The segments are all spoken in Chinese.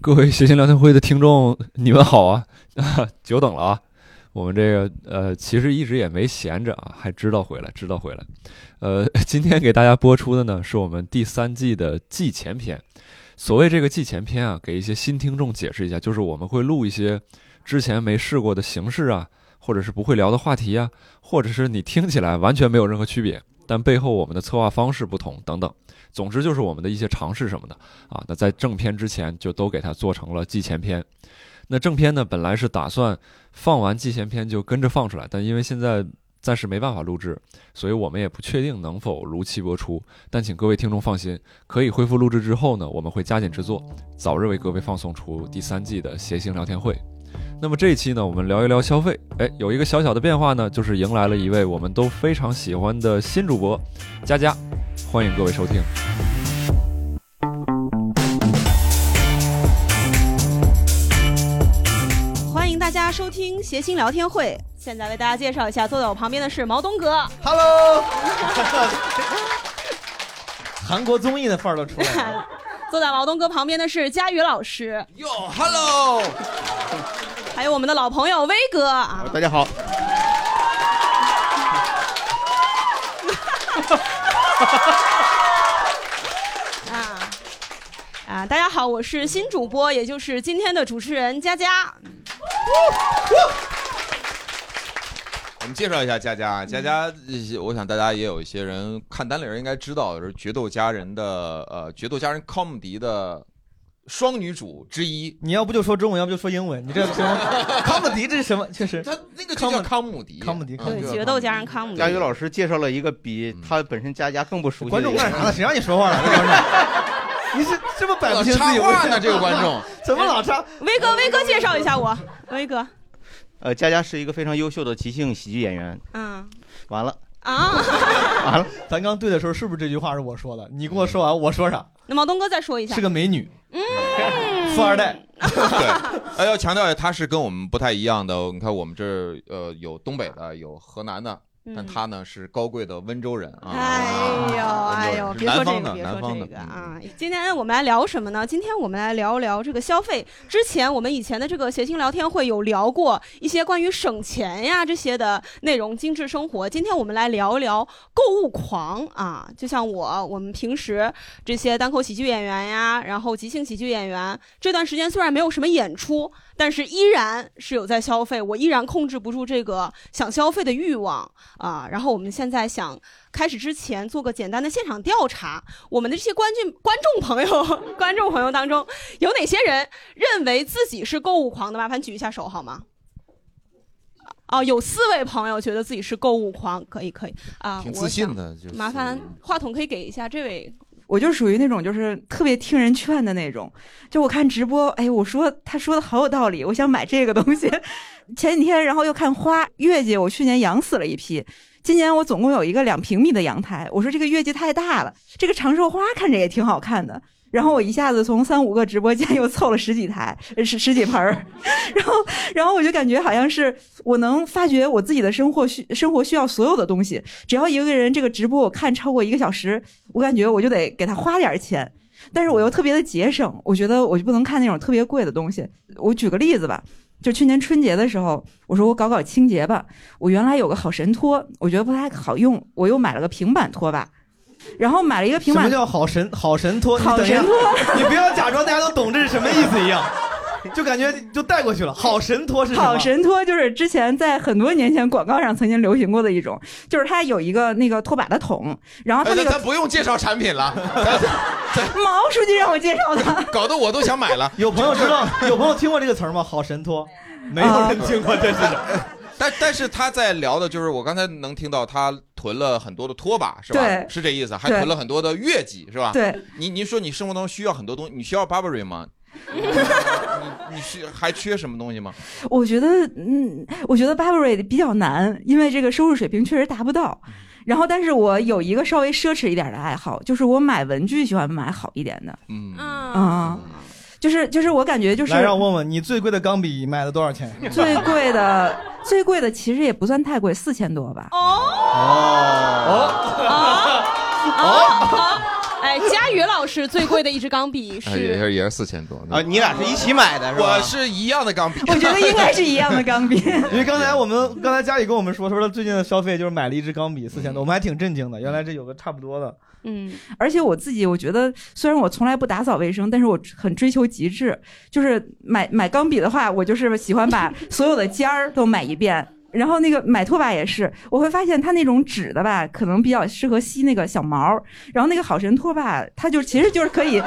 各位谐星聊天会的听众，你们好啊， 久等了啊。我们这个呃，其实一直也没闲着啊，还知道回来，知道回来。呃， 今天给大家播出的呢，是我们第三季的季前篇。所谓这个季前篇啊，给一些新听众解释一下，就是我们会录一些之前没试过的形式啊，或者是不会聊的话题啊，或者是你听起来完全没有任何区别，但背后我们的策划方式不同等等。总之就是我们的一些尝试什么的啊。那在正片之前就都给它做成了季前篇。那正片呢，本来是打算放完季前篇就跟着放出来，但因为现在暂时没办法录制，所以我们也不确定能否如期播出。但请各位听众放心，可以恢复录制之后呢，我们会加紧制作，早日为各位放送出第三季的谐星聊天会。那么这一期呢，我们聊一聊消费。哎，有一个小小的变化呢，就是迎来了一位我们都非常喜欢的新主播佳佳，欢迎各位收听。欢迎大家收听谐星聊天会。现在为大家介绍一下，坐在我旁边的是毛东哥。 Hello，韩国综艺的范儿都出来了。 坐在毛东哥旁边的是佳宇老师。哟，Hello，还有我们的老朋友威 哥啊。大家好，啊啊！大家好，我是新主播，也就是今天的主持人佳佳。我们介绍一下佳佳，佳佳，呃我想大家也有一些人看单立人应该知道，是《决斗佳人》的呃，《决斗佳人》康姆迪的双女主之一。你要不就说中文，要不就说英文，你这 康姆迪这是什么？确实，他那个就叫康姆迪，康姆迪，对，决斗加上康姆迪。佳宇老师介绍了一个比他本身佳佳更不熟悉的嗯观一个众人。干啥呢？谁让你说话了？ 观众，你是这么摆不老清自插己位话置呢，这个观 众。怎么老插？威哥，威哥介绍一下我。威哥，呃，佳佳是一个非常优秀的即兴喜剧演员。嗯完了，啊， 完了，咱刚对的时候，是不是这句话是我说的？你跟我说完，我说啥？那毛东哥再说一下是。个美女，嗯 富二代，对，呃，要强调一下，他是跟我们不太一样的。你看，我们这儿呃有东北的，有河南的，但嗯他呢是高贵的温州人啊。哎呦哎呦，是别说南这方个，的别南说方这的嗯个啊！今天我们来聊什么呢？今天我们来聊一聊这个消费。之前我们以前的这个谐星聊天会有聊过一些关于省钱呀这些的内容，精致生活。今天我们来聊一聊购物狂啊，就像我，我们平时这些单口喜剧演员呀，然后即兴喜剧演员，这段时间虽然没有什么演出，但是依然是有在消费，我依然控制不住这个想消费的欲望啊。然后我们现在想开始之前做个简单的现场调查，我们的这些观众观众朋友 观众朋友当中，有哪些人认为自己是购物狂的？麻烦举一下手好吗？哦，有四位朋友觉得自己是购物狂，可以可以啊，挺我自想信的，就是麻烦话筒可以给一下这位，我就属于那种就是特别听人劝的那种，就我看直播，哎，我说他说的好有道理，我想买这个东西。 前几天，然后又看花月季，我去年养死了一批，今年我总共有一个两平米的阳台，我说这个月季太大了，这个长寿花看着也挺好看的。然后我一下子从三五个直播间又凑了十几台，呃十十几盆儿，然后，然后我就感觉好像是我能发掘我自己的生活需生活需要所有的东西，只要一个人这个直播我看超过一个小时，我感觉我就得给他花点儿钱，但是我又特别的节省，我觉得我就不能看那种特别贵的东西。我举个例子吧，就去年春节的时候，我说我搞搞清洁吧，我原来有个好神拖，我觉得不太好用，我又买了个平板拖把，然后买了一个什平么板，叫好神好神拖？你好等一下神，拖，你不要假装大家都懂这是什么意思一样，就感觉就带过去了。好神拖是什么？好神拖就是之前在很多年前广告上曾经流行过的一种，就是它有一个那个拖把的桶，然后它哎，咱那个咱不用介绍产品 了，毛书记让我介绍的， 搞得我都想买了。有朋友知道，有朋友听过这个词儿吗？好神拖，呃没有人听过，真是的。但但是他在聊的就是我刚才能听到他囤了很多的拖把是吧？对是这意思，还对囤了很多的月季是吧？对，您您说你生活当中需要很多东西，你需要 Burberry 吗？你你需还缺什么东西吗？我觉得，嗯，我觉得 Burberry 比较难，因为这个收入水平确实达不到。然后，但是我有一个稍微奢侈一点的爱好，就是我买文具喜欢买好一点的，嗯，啊、就是就是我感觉就是来，让我问问你最贵的钢笔买了多少钱？最贵的最贵的其实也不算太贵，四千多吧。哦哦， 哦哦，哎对，佳宇老师最贵的一支钢笔哎也是。是也是四千多啊你俩是一起买的是吧我是一样的钢笔， 我觉得应该是一样的钢笔。 因为刚才我们刚才佳宇跟我们说，说他最近的消费就是买了一支钢笔四千多，我们还挺震嗯惊的，原来这有个差不多的。嗯，而且我自己，我觉得虽然我从来不打扫卫生，但是我很追求极致。就是买买钢笔的话，我就是喜欢把所有的尖儿都买一遍。然后那个买拖把也是，我会发现它那种纸的吧，可能比较适合吸那个小毛儿。然后那个好神拖把，它就其实就是可以，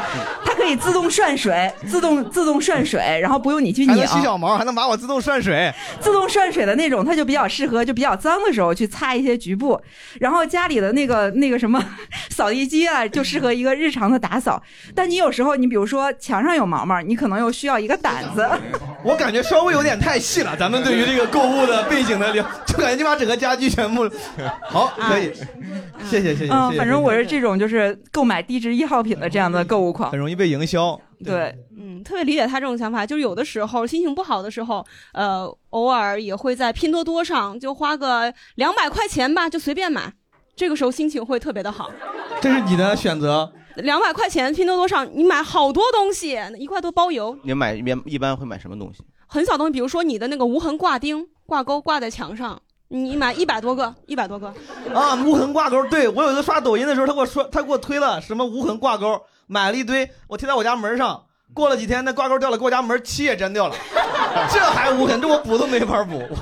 它可以自动涮水，自动自动涮水，然后不用你去还拧。能吸小毛，还能把我自动涮水。自动涮水的那种，它就比较适合，就比较脏的时候去擦一些局部。然后家里的那个那个什么扫地机啊，就适合一个日常的打扫。但你有时候，你比如说墙上有毛毛，你可能又需要一个掸子。我感觉稍微有点太细了，咱们对于这个购物的背景的了，就感觉你把整个家居全部， 好，可以，谢谢谢谢谢谢。啊嗯，反正我是这种就是购买低值一号品的这样的购物狂很。容易被营销。对，嗯，特别理解他这种想法，就是有的时候心情不好的时候，呃，偶尔也会在拼多多上就花个两百块钱吧，就随便买，这个时候心情会特别的好。这是你的选择，两百块钱拼多多上你买好多东西，一块多包邮， 你买一般一般会买什么东西？很小东西，比如说你的那个无痕挂钉、挂钩挂在墙上，你买一百多个，一百多个。啊，无痕挂钩。对我有一次刷抖音的时候，他给我说，他给我推了什么无痕挂钩，买了一堆，我贴在我家门上。过了几天，那挂钩掉了，给我家门漆也粘掉了，这还无痕，这我补都没法补。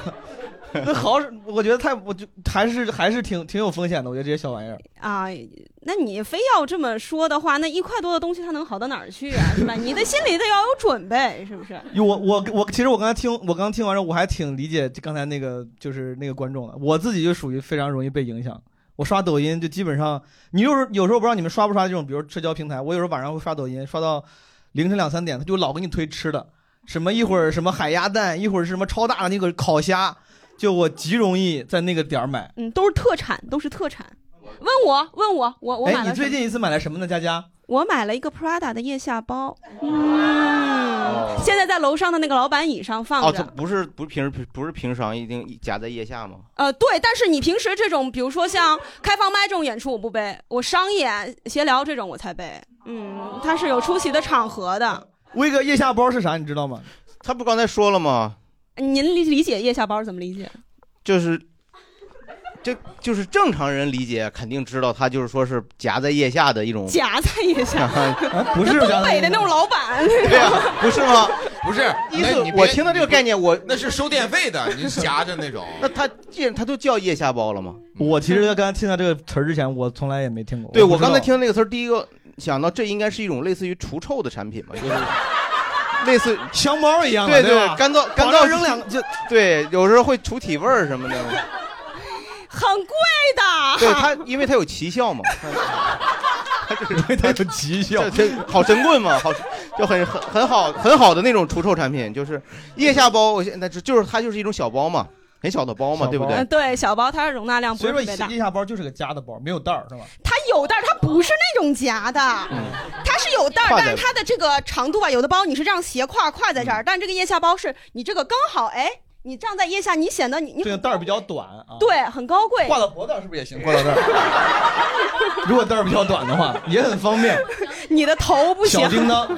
我那好，我觉得太，我就还是还是挺挺有风险的。我觉得这些小玩意儿，啊，那你非要这么说的话，那一块多的东西它能好到哪儿去啊？是吧？你的心里得要有准备，是不是？哟，我我我，其实我刚才听，我刚听完之后，我还挺理解刚才那个就是那个观众的。我自己就属于非常容易被影响。我刷抖音就基本上，你就是有时候不知道你们刷不刷这种，比如社交平台。我有时候晚上会刷抖音，刷到凌晨两三点，他就老给你推吃的，什么一会儿什么海鸭蛋，一会儿是什么超大的那个烤虾，就我极容易在那个点儿买。嗯，都是特产，都是特产。问我，问我，我我买哎，了你最什么近一次买了什么呢，佳佳？我买了一个 Prada 的腋下包，嗯，现在在楼上的那个老板椅上放哦，着。它不是不是平时不是平常一定夹在腋下吗？呃，对，但是你平时这种，比如说像开放麦这种演出，我不背，我商演、协聊这种我才背。嗯，它是有出席的场合的。威哥腋下包是啥？你知道吗？他不刚才说了吗？您理理解腋下包怎么理解？就是，这就是正常人理解肯定知道，他就是说是夹在腋下的一种夹在腋 下，不哎是东北的那种老板，那对呀、种 不是吗？不是，第一那次你别我听到这个概念，我那是收电费的，你夹着那种。 那他既然他都叫腋下包了吗？我其实刚才听到这个词儿之前，我从来也没听过。对不我知道刚才听到那个词儿，第一个想到这应该是一种类似于除臭的产品 嘛，就是类似香包一样的，对吧？干燥干往燥上扔两个就对，有时候会除体味儿什么的。 很贵 的。对它，因为它有奇效嘛， 它有奇效这 这好神棍嘛，好就很很很好很好的那种除臭产品，就是腋下包。我现在就就是它就是一种小包嘛，很小的包嘛，小对不包 对嗯，？对，小包它的容纳量不所是以说特别大，腋下包就是个夹的包，没有袋儿是吧？它有袋儿，它不是那种夹的，它是有袋儿，挎在但是它的这个长度吧，有的包你是这样斜挎挎在这嗯儿，但这个腋下包是你这个刚好，哎，你站在腋下，你显得你你这个袋儿比较短啊。，对很高贵，挂到脖子上是不是也行？挂到这儿，如果袋儿比较短的话，也很方便。你的头不行小。叮当，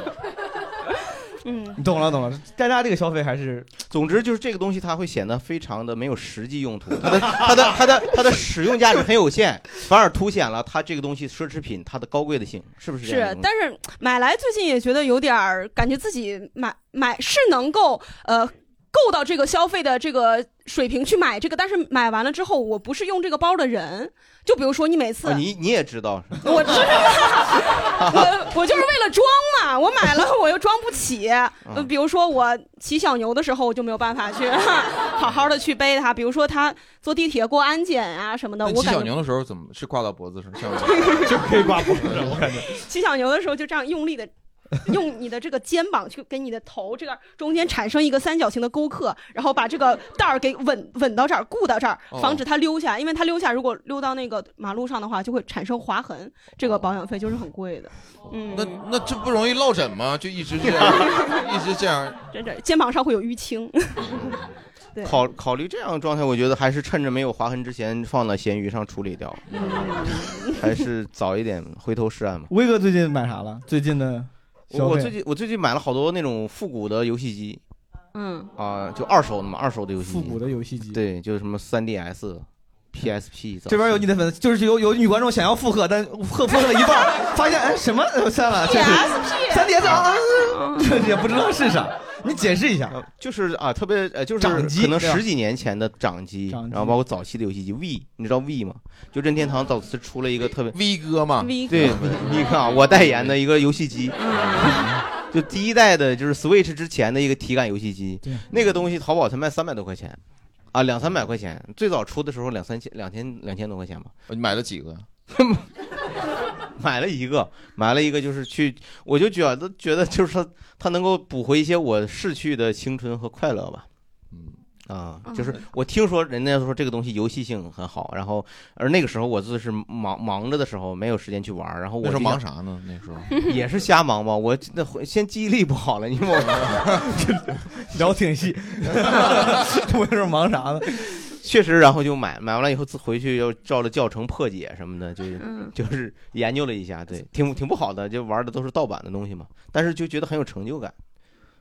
嗯，你懂了懂了。大家这个消费还是总之就是这个东西，它会显得非常的没有实际用途，它的它的它的它的使用价值很有限，反而凸显了它这个东西奢侈品它的高贵的性，是不是这样是一，个东西？但是买来最近也觉得有点儿，感觉自己买买是能够呃够到这个消费的这个水平去买这个，但是买完了之后，我不是用这个包的人。就比如说你每次、哦啊你你也知道，我知道， 我我就是为了装嘛，我买了我又装不起。嗯呃，比如说我骑小牛的时候，我就没有办法去 好好的去背它。比如说他坐地铁过安检啊什么的， 那我骑感小觉牛的时候怎么是挂到脖子上？像我 就可以挂脖子上，我感觉。骑小牛的时候就这样用力的。用你的这个肩膀去跟你的头这个中间产生一个三角形的沟克，然后把这个带儿给稳稳到这儿，固到这儿，哦防止它溜下来。因为它溜下来，如果溜到那个马路上的话，就会产生划痕。这个保养费就是很贵的。嗯，哦那那这不容易落 枕吗？就一直这样，一直这样。真的肩膀上会有淤青。对考考虑这样的状态，我觉得还是趁着没有划痕之前放到闲鱼上处理 掉，还是早一点回头是岸嘛。威哥最近买啥了？最近的消我费我最近我最近买了好多那种复古的游戏机嗯，啊、就二手的嘛，二手的游戏机。复古的游戏机。对，就是什么 3DS、PSP。这边有你的粉丝，就是有有女观众想要附和，但附附和了一半儿，发现哎什么呃算了，这是 PSP 三 DS 啊， 这也不知道是啥。你解释一下，就是啊，特别呃，就是掌机可能对吧十几年前的掌机，然后包括早期的游戏机 V，你知道 V 吗？就任天堂早期出了一个特别 V 哥嘛 V 哥对，你看啊，我代言的一个游戏机， 就第一代的就是 Switch 之前的一个体感游戏机，那个东西淘宝才卖三百多块钱，啊，两三百块钱，最早出的时候两三千、两千、两千多块钱吧。哦你买了几个？ 买了一个，买了一个，就是去，我就觉得觉得就是它它能够补回一些我逝去的青春和快乐吧。嗯啊，就是我听说人家说这个东西游戏性很好，然后而那个时候我就是忙忙着的时候没有时间去玩儿，然后我那时候就忙想啥呢？那时候 也是瞎忙吧，我那回先记忆力不好了，你我 聊挺细， 我这忙啥呢？确实，然后就买，买完了以后自回去又照着教程破解什么的，就是、嗯就是研究了一下，对，挺挺不好的，就玩的都是盗版的东西嘛，但是就觉得很有成就感。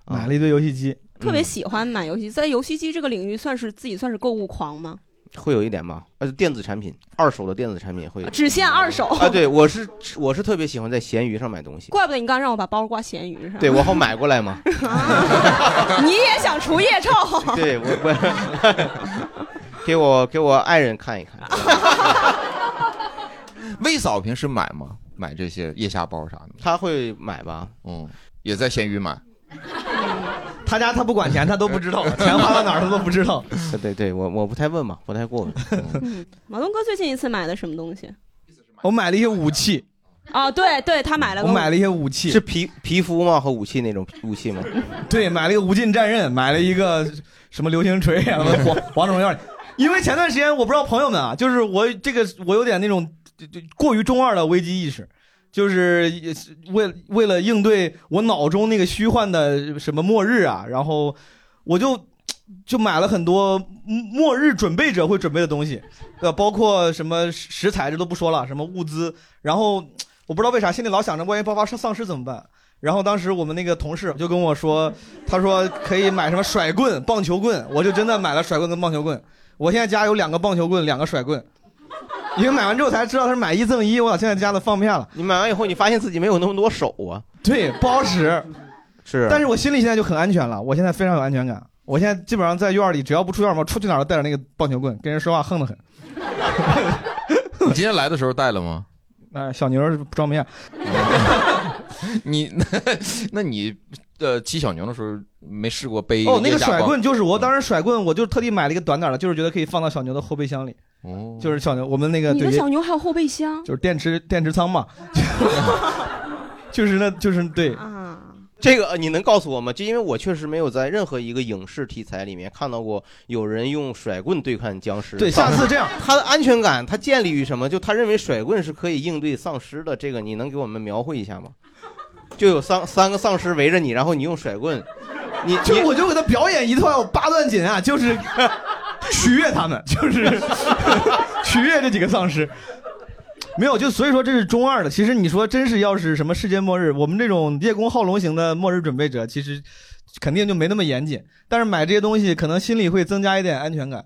啊买了一堆游戏机，特嗯别喜欢买游戏，在游戏机这个领域算是自己算是购物狂吗？会有一点吗？呃，电子产品，二手的电子产品会只限二手啊。对，我是我是特别喜欢在闲鱼上买东西， 怪不得你刚刚让我把包挂咸鱼上。对我好买过来嘛。 你也想除 夜臭？对我我给我给我爱人看一 看。魏嫂平时买吗？买这些腋下包啥的？他会买吧？嗯，也在闲鱼买。他家他不管钱，他都不知道，钱花到哪儿他都不知道。 对对对，我我不太问嘛，不太过问。马东哥最近一次买的什么东西？ 我买了一些武器，啊，对对，他买了我个，买了一些武器，是皮皮肤吗？和武器那种武器吗？ 对，买了一个无尽战刃，买了一个什么流星锤啊， 王王者荣耀。因为前段时间我不知道朋友们啊，就是我这个我有点那种就就过于中二的危机意识，就是也是为为了应对我脑中那个虚幻的什么末日啊，然后我就就买了很多末日准备者会准备的东西，呃，包括什么食食材这都不说了，什么物资，然后我不知道为啥心里老想着万一爆发丧尸怎么办。然后当时我们那个同事就跟我说，他说可以买什么甩棍、棒球棍，我就真的买了甩棍跟棒球棍。我现在家有两个棒球棍，两个甩棍，因为买完之后才知道它是买一赠一，我现在家都放不下了。你买完以后，你发现自己没有那么多手啊。对，不好使。是，但是我心里现在就很安全了，我现在非常有安全感。我现在基本上在院儿里，只要不出院儿嘛，出去哪儿都带着那个棒球棍，跟人说话横得很。你今天来的时候带了吗？ 哎，小牛儿装模样，你 那那你呃骑小牛的时候没试过背哦，那个腋下包甩棍就是嗯我当时甩棍，我就特地买了一个短点儿的，就是觉得可以放到小牛的后备箱里。哦，就是小牛，我们那个你的对小牛还有后备箱就是电池电池仓嘛， 就是那就是对，啊？这个呃你能告诉我吗？就因为我确实没有在任何一个影视题材里面看到过有人用甩棍对抗僵尸。对下次这样，他的安全感他建立于什么？就他认为甩棍是可以应对丧尸的，这个你能给我们描绘一下吗？就有三三个丧尸围着你，然后你用甩棍，你就你我就给他表演一段八段锦啊，就是 取悦他们， 就是 取悦这几个丧尸。没有，就所以说这是中二的。其实你说真是要是什么世界末日，我们这种叶公好龙型的末日准备者，其实肯定就没那么严谨。但是买这些东西，可能心里会增加一点安全感，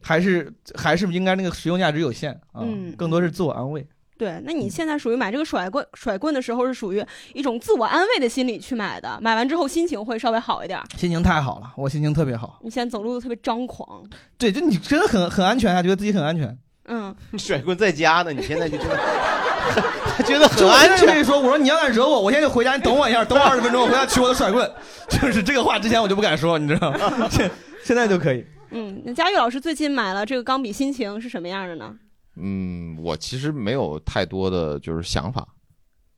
还是还是应该那个使用价值有限啊，嗯更多是自我安慰。对，那嗯你现在属于买这个甩棍甩棍的时候是属于一种自我安慰的心理去买的，买完之后心情会稍微好一点儿。心情太好了，我心情特别好。你现在走路特别张狂，对，就你真的很很安全啊，觉得自己很安 全。嗯， 甩棍在家呢，你现在就真的，他觉得很我安现在全跟。你说，我说你要敢惹我，我现在就回家，你等我一下，等我二十分钟，我回家取我的甩棍。 就是这个话之前我就不敢说，你知道吗？ 现现在就可以。嗯，那佳玉老师最近买了这个钢笔，心情是什么样的呢？嗯，我其实没有太多的就是想法。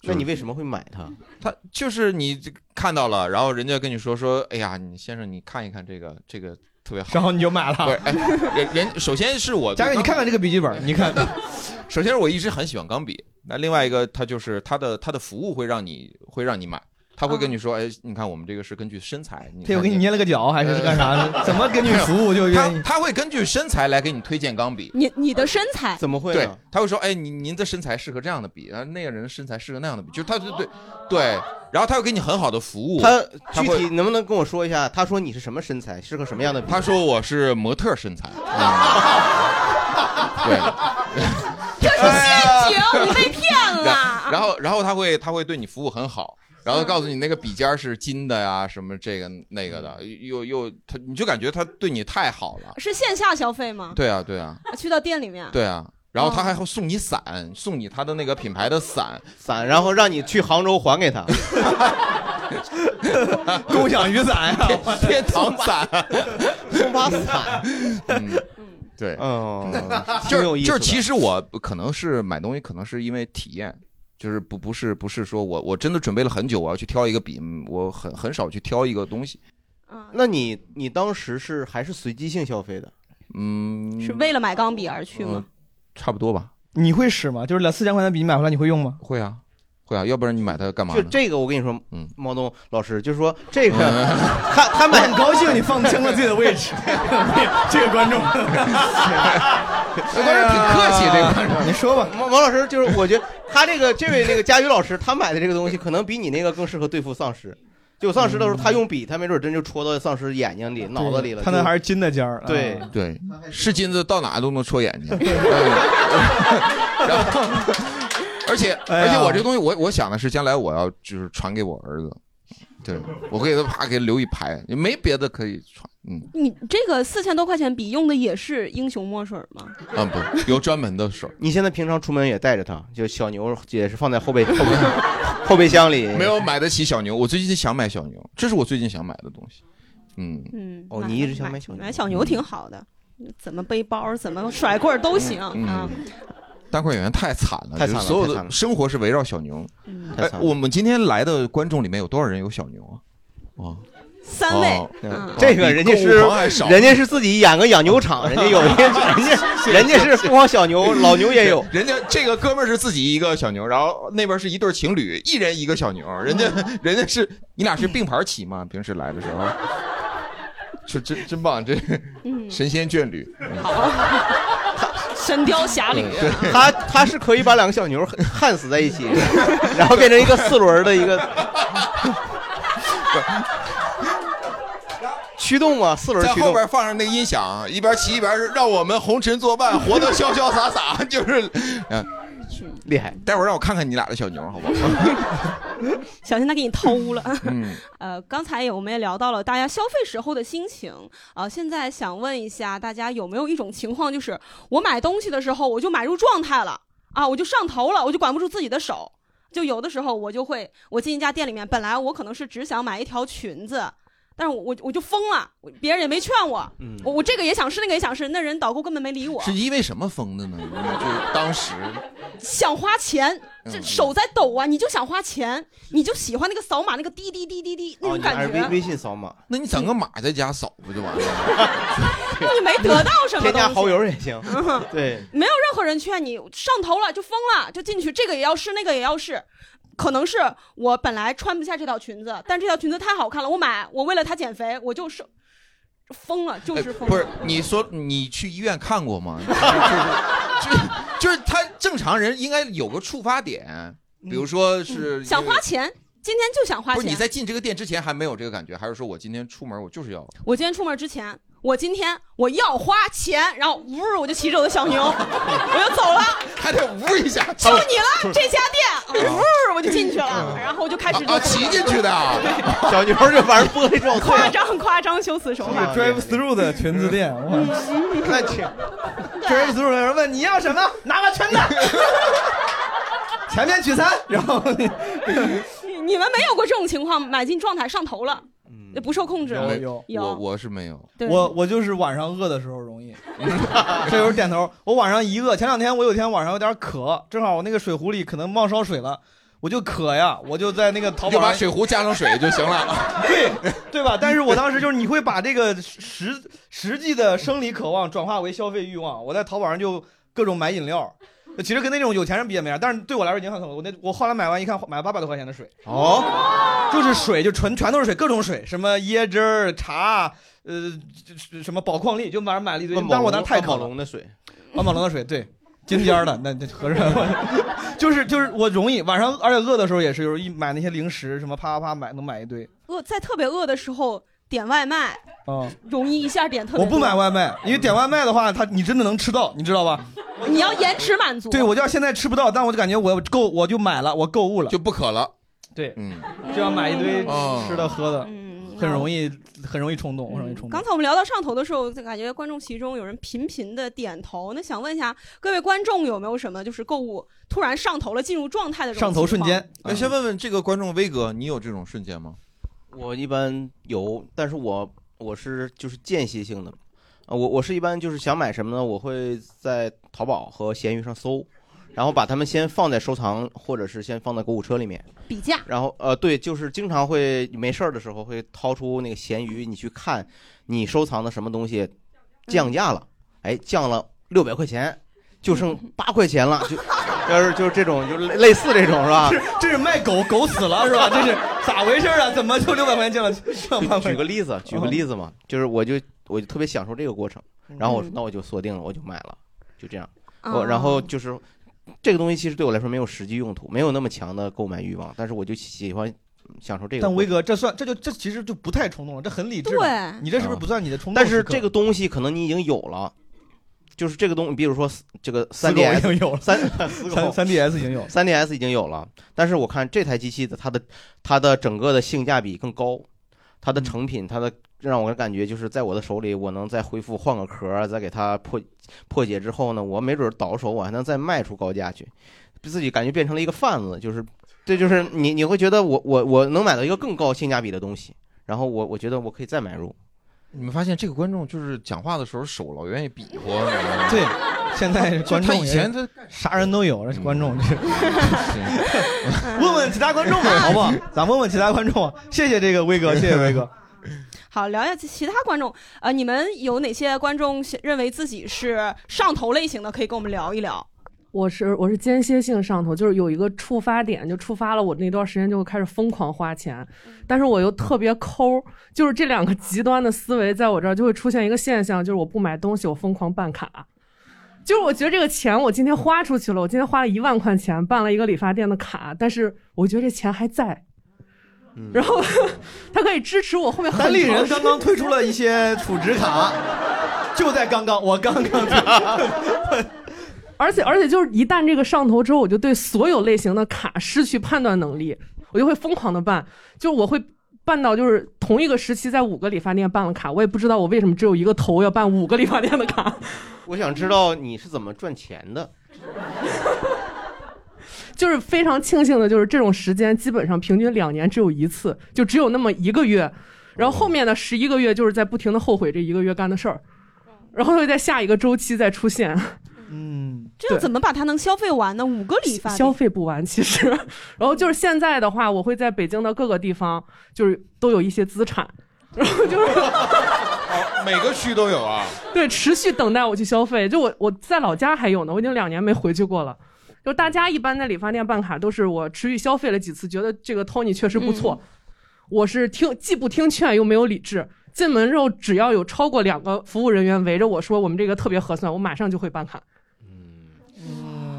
那你为什么会买它？他就是你这个看到了，然后人家跟你说说，哎呀，你先生你看一看这个这个特别好。然后你就买不是了。，哎，人人首先是我，佳宇，你看看这个笔记本，嗯你看，首先是我一直很喜欢钢笔，那另外一个它就是它的它的服务会让你会让你买，他会跟你说，哎，你看我们这个是根据身材，你嗯他又给你捏了个脚还是呃干 啥的？怎么给你服务就愿意？他他会根据身材来给你推荐钢笔。你你的身材怎么会啊对，他会说，哎，您您的身材适合这样的笔，然啊后那个人的身材适合那样的笔，就是他对对对，然后他会给你很好的服务。他他具会体能不能跟我说一下？他说你是什么身材，适合什么样的笔？他说我是模特身材。对，这是陷阱，你被骗哎然了。然后然后他会他会对你服务很好，然后告诉你那个笔尖儿是金的呀，什么这个那个嗯的，又又他你就感觉他对你太好了。是线下消费吗？对啊，对啊，啊，去到店里面。对啊。然后他还会送你伞，送你他的那个品牌的伞，伞，然后让你去杭州还给他。 共享雨伞呀，天堂伞，送把伞，对，嗯，就挺有是意思就的。是，其实我可能是买东西，可能是因为体验，就是不不是不是说我我真的准备了很久，我要去挑一个笔，嗯我很很少去挑一个东西，嗯那你你当时是还是随机性消费的？嗯，是为了买钢笔而去吗？呃差不多吧，你会使吗？就是两四千块钱笔你买回来你会用吗？会啊会啊，要不然你买它干嘛就呢？这个，我跟你说，嗯毛东老师，就是说这 个，他他买很高兴你放清了自己的位置，这个观众， 这观众挺客气，这观众哎你说吧，毛毛老师，就是我觉得他这个这位那个佳宇老师，他买的这个东西，可能比你那个更适合对付丧尸。就丧尸的时候，他用笔，他没准真就戳到丧尸眼睛里、 脑子里了。嗯他那还 是金的尖儿，啊对，对是金子到哪都能戳眼睛，嗯然后而且哎而呀且我这东西我我想的是将来我要就是传给我儿子。对，我给他啪给留一排，也没别的可以传，嗯。你这个四千多块钱笔用的也是英雄墨水吗？啊，不，有专门的手，你现在平常出门也带着它，就小牛也是放在后备后备后备箱里。没有买得起小牛。我最近想买小牛，这是我最近想买的东西。嗯，嗯，哦买你一直想买小牛买小牛挺好的，嗯怎么背包怎么甩棍儿都行嗯啊。单块演员太惨了，太惨就了是所有太惨的了生活是围绕小牛。嗯，太哎惨，了我们今天来的观众里面有多少人有小牛啊？哦，三位哦，嗯，这个人家是比购物狂还少人家是自己养个养牛场，啊人家 有，人家人家人家是凤凰小牛，老牛也有。人家这个哥们儿是自己一个小牛，然后那边是一对情侣，一人一个小牛。人 家人家是你俩是并排骑吗？平时来的时候，这真真棒，这嗯神仙眷侣。神雕侠侣，啊啊 他他是可以把两个小牛焊焊死在一起， 然后变成一个四轮儿的一个 驱动嘛，四轮在驱后动。边放上那个音响，一边骑一边是让我们红尘作伴，活得潇潇洒洒， 就是，嗯，厉害，待会儿让我看看你俩的小牛，好 不好？小心他给你偷 了。嗯，呃，刚才也我们也聊到了大家消费时候的心情，呃，现在想问一下大家有没有一种情况，就是我买东西的时候我就买入状态了啊，我就上头了，我就管不住自己的手，就有的时候我就会，我进一家店里面，本来我可能是只想买一条裙子。但是我我我就疯了，我别人也没劝我，嗯我我这个也想试，那个也想试，那人导购根本没理我，是因为什么疯的呢？就当时，想花钱，这嗯手在抖啊，你就想花钱，你就喜欢那个扫码那个滴滴滴滴滴 那哦，种你感还是觉，啊微微信扫码，那你整个码在家扫不就完了？那你没得到 什么东西，添加好友也行。对，没有任何人劝你上头了就疯了就进去，这个也要试，那个也要试。可能是我本来穿不下这条裙子，但这条裙子太好看了，我买，我为了它减肥，我就是疯了，就是疯了。哎不是，你说你去医院看过吗？ 就是就是就是他正常人应该有个触发点，比如说是嗯想花。钱，今天就想花不是你钱。在进这个店之前还没有这个感觉，还是说我今天出门我就 是要我今天出门之前，我今天我要花钱，然后呜，我就骑着我的小 牛，我就走了，还得呜一下，嗯就你了这家店，呜，我就进去了，然后我就开始啊，骑进去的啊。小牛就玩玻璃状夸态。啊张夸张修辞手嗯法。嗯 drive through 的裙子店，哇那请， drive through 的人问你要什么，拿个裙子，前面取餐，然后你你你们没有过这种情况，买进状态上头了，不受控制。有嗯没有有我我是没有，对我我就是晚上饿的时候容易， 这就是点头。我晚上一饿，前两天我有一天晚上有点渴，正好我那个水壶里可能忘烧水了，我就渴呀，我就在那个淘就宝把上水壶加上水就行了。对对吧？但是我当时就是你会把这个实实际的生理渴望转化为消费欲望，我在淘宝上就各种买饮料。其实跟那种有钱人比也没啥，但是对我来说已经很恐怖。我那我后来买完一看，买了八百多块钱的水，哦，就是水，就纯全都是水，各种水，什么椰汁儿、茶，呃，这什么宝矿力，就反正买了一堆。但是我当时太宝渴了，龙的水，万宝龙的水，对，金尖儿的，那那合着 就是就是我容易晚上，而且饿的时候也是，就是一买那些零食什么啪啪啪买能买一堆。饿在特别饿的时候点外卖，啊、容易一下点特别。我不买，外卖，因为点外卖的话，他你真的能吃到，你知道吧？你要延迟满足。对，我就要现在吃不到，但我就感觉我够，我就买了，我购物了，就不渴了。对，嗯，就要买一嗯堆哦吃的喝的，很容易很容易冲动，很容易冲动刚。才我们聊到上头的时候，就感觉观众席中有人频频的点头。那想问一下各位观众，有没有什么就是购物突然上头了、进入状态的这种情况？，嗯那哎嗯先问问这个观众威哥，你有这种瞬间吗？我一般有，但是我我是就是间歇性的，呃我我是一般就是想买什么呢？我会在淘宝和闲鱼上搜，然后把它们先放在收藏，或者是先放在购物车里面。比价然后呃，对，就是经常会没事儿的时候会掏出那个闲鱼，你去看你收藏的什么东嗯西降价了，哎，降了六百块钱，就剩嗯八块钱了，就要是就是这种，就类类似这种是吧？是这是卖狗狗死了是吧？这是咋回事啊？怎么就六百块钱进了？举举个例子，嗯举个例子嘛，就是我就我就特别享受这个过程，然后我说嗯那我就锁定了，我就买了，就这样。哦我然后就是这个东西其实对我来说没有实际用途，没有那么强的购买欲望，但是我就喜欢享受这个过程。但威哥，这算这就这其实就不太冲动了，这很理智了。对你这嗯是不是不算你的冲动啊但时是刻？这个东西可能你已经有了，就是这个东，比如说这个死三狗 DS 已经有了三三三 DS 已经有了三 DS 已经有了。但是我看这台机器的它的它的整个的性价比更高，它的成品它的让我感觉就是在我的手里，我能再恢复换个壳儿，再给它破破解之后呢，我没准倒手我还能再卖出高价去，自己感觉变成了一个贩子，就是这就是你你会觉得我我我能买到一个更高性价比的东西，然后我我觉得我可以再买入。你们发现这个观众就是讲话的时候手老愿意比划， 对， 现在观众嗯他以前他啥人都有，这观众这。 问问其他观众吧，好不好？咱问问其他观众啊，谢谢这个威哥，谢谢威哥。好，聊一下其其他观众，呃，你们有哪些观众是认为自己是上头类型的？可以跟我们聊一聊。我是我是间歇性上头，就是有一个触发点，就触发了我那段时间就开始疯狂花钱，但是我又特别抠，就是这两个极端的思维在我这儿就会出现一个现象，就是我不买东西，我疯狂办卡。就是我觉得这个钱我今天花出去了，我今天花了一万块钱办了一个理发店的卡，但是我觉得这钱还在，嗯然后它可以支持我后面很单立长人时间刚刚推出了一些储值卡，就在刚刚，我刚刚而且而且就是一旦这个上头之后，我就对所有类型的卡失去判断能力，我就会疯狂的办，就我会办到就是同一个时期在五个理发店办了卡，我也不知道我为什么只有一个头要办五个理发店的卡， 我想知道你是怎么赚钱的。就是非常庆幸的就是这种时间基本上平均两年只有一次，就只有那么一个月，然后后面的十一个月就是在不停的后悔这一个月干的事儿，嗯然后会在下一个周期再出现。这样对怎么把它能消费完呢？五个理发店消费不完，其实。 然后就是现在的话，我会在北京的各个地方，就是都有一些资产，每个区都有啊。对，持续等待我去消费。就我我在老家还有呢，我已经两年没回去过了。就大家一般在理发店办卡，都是我持续消费了几次，觉得这个 Tony 确实不错。我是听既不听劝又没有理智，进门之后只要有超过两个服务人员围着我说我们这个特别合算，我马上就会办卡。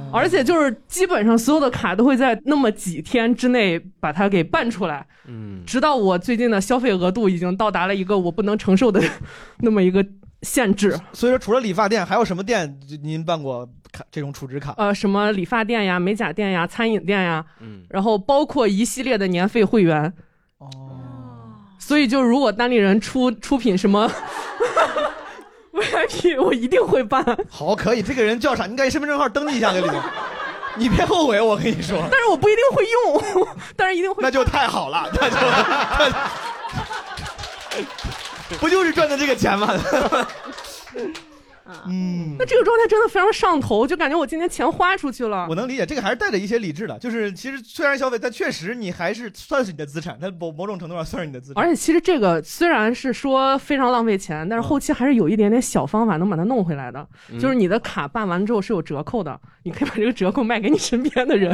而且就是基本上所有的卡都会在那么几天之内把它给办出来，嗯，直到我最近的消费额度已经到达了一个我不能承受的 那么一个限制。所以说，除了理发店，还有什么店就您办过卡这种储值卡？呃，什么理发店呀、美甲店呀、餐饮店呀，嗯然后包括一系列的年费会员。哦，所以就如果单立人出出品什么 VIP，我一定会办。好，可以，这个人叫啥？你赶紧身份证号登记一下给里面，你别后悔，我跟你说。但是我不一定会用， 但是一定会。那就太好了， 那就那就不就是赚的这个钱吗？ 嗯 那这个状态真的非常上头，就感觉我今天钱花出去了。我能理解，这个还是带着一些理智的，就是其实虽然消费，但确实你还是算是你的资产，它某某种程度上算是你 的资产。而且其实这个虽然是说非常浪费钱，但是后期还是有一点点小方法能把它弄回来的。嗯就是你的卡办完之后是有折扣的，你可以把这个折扣卖给你身边的人，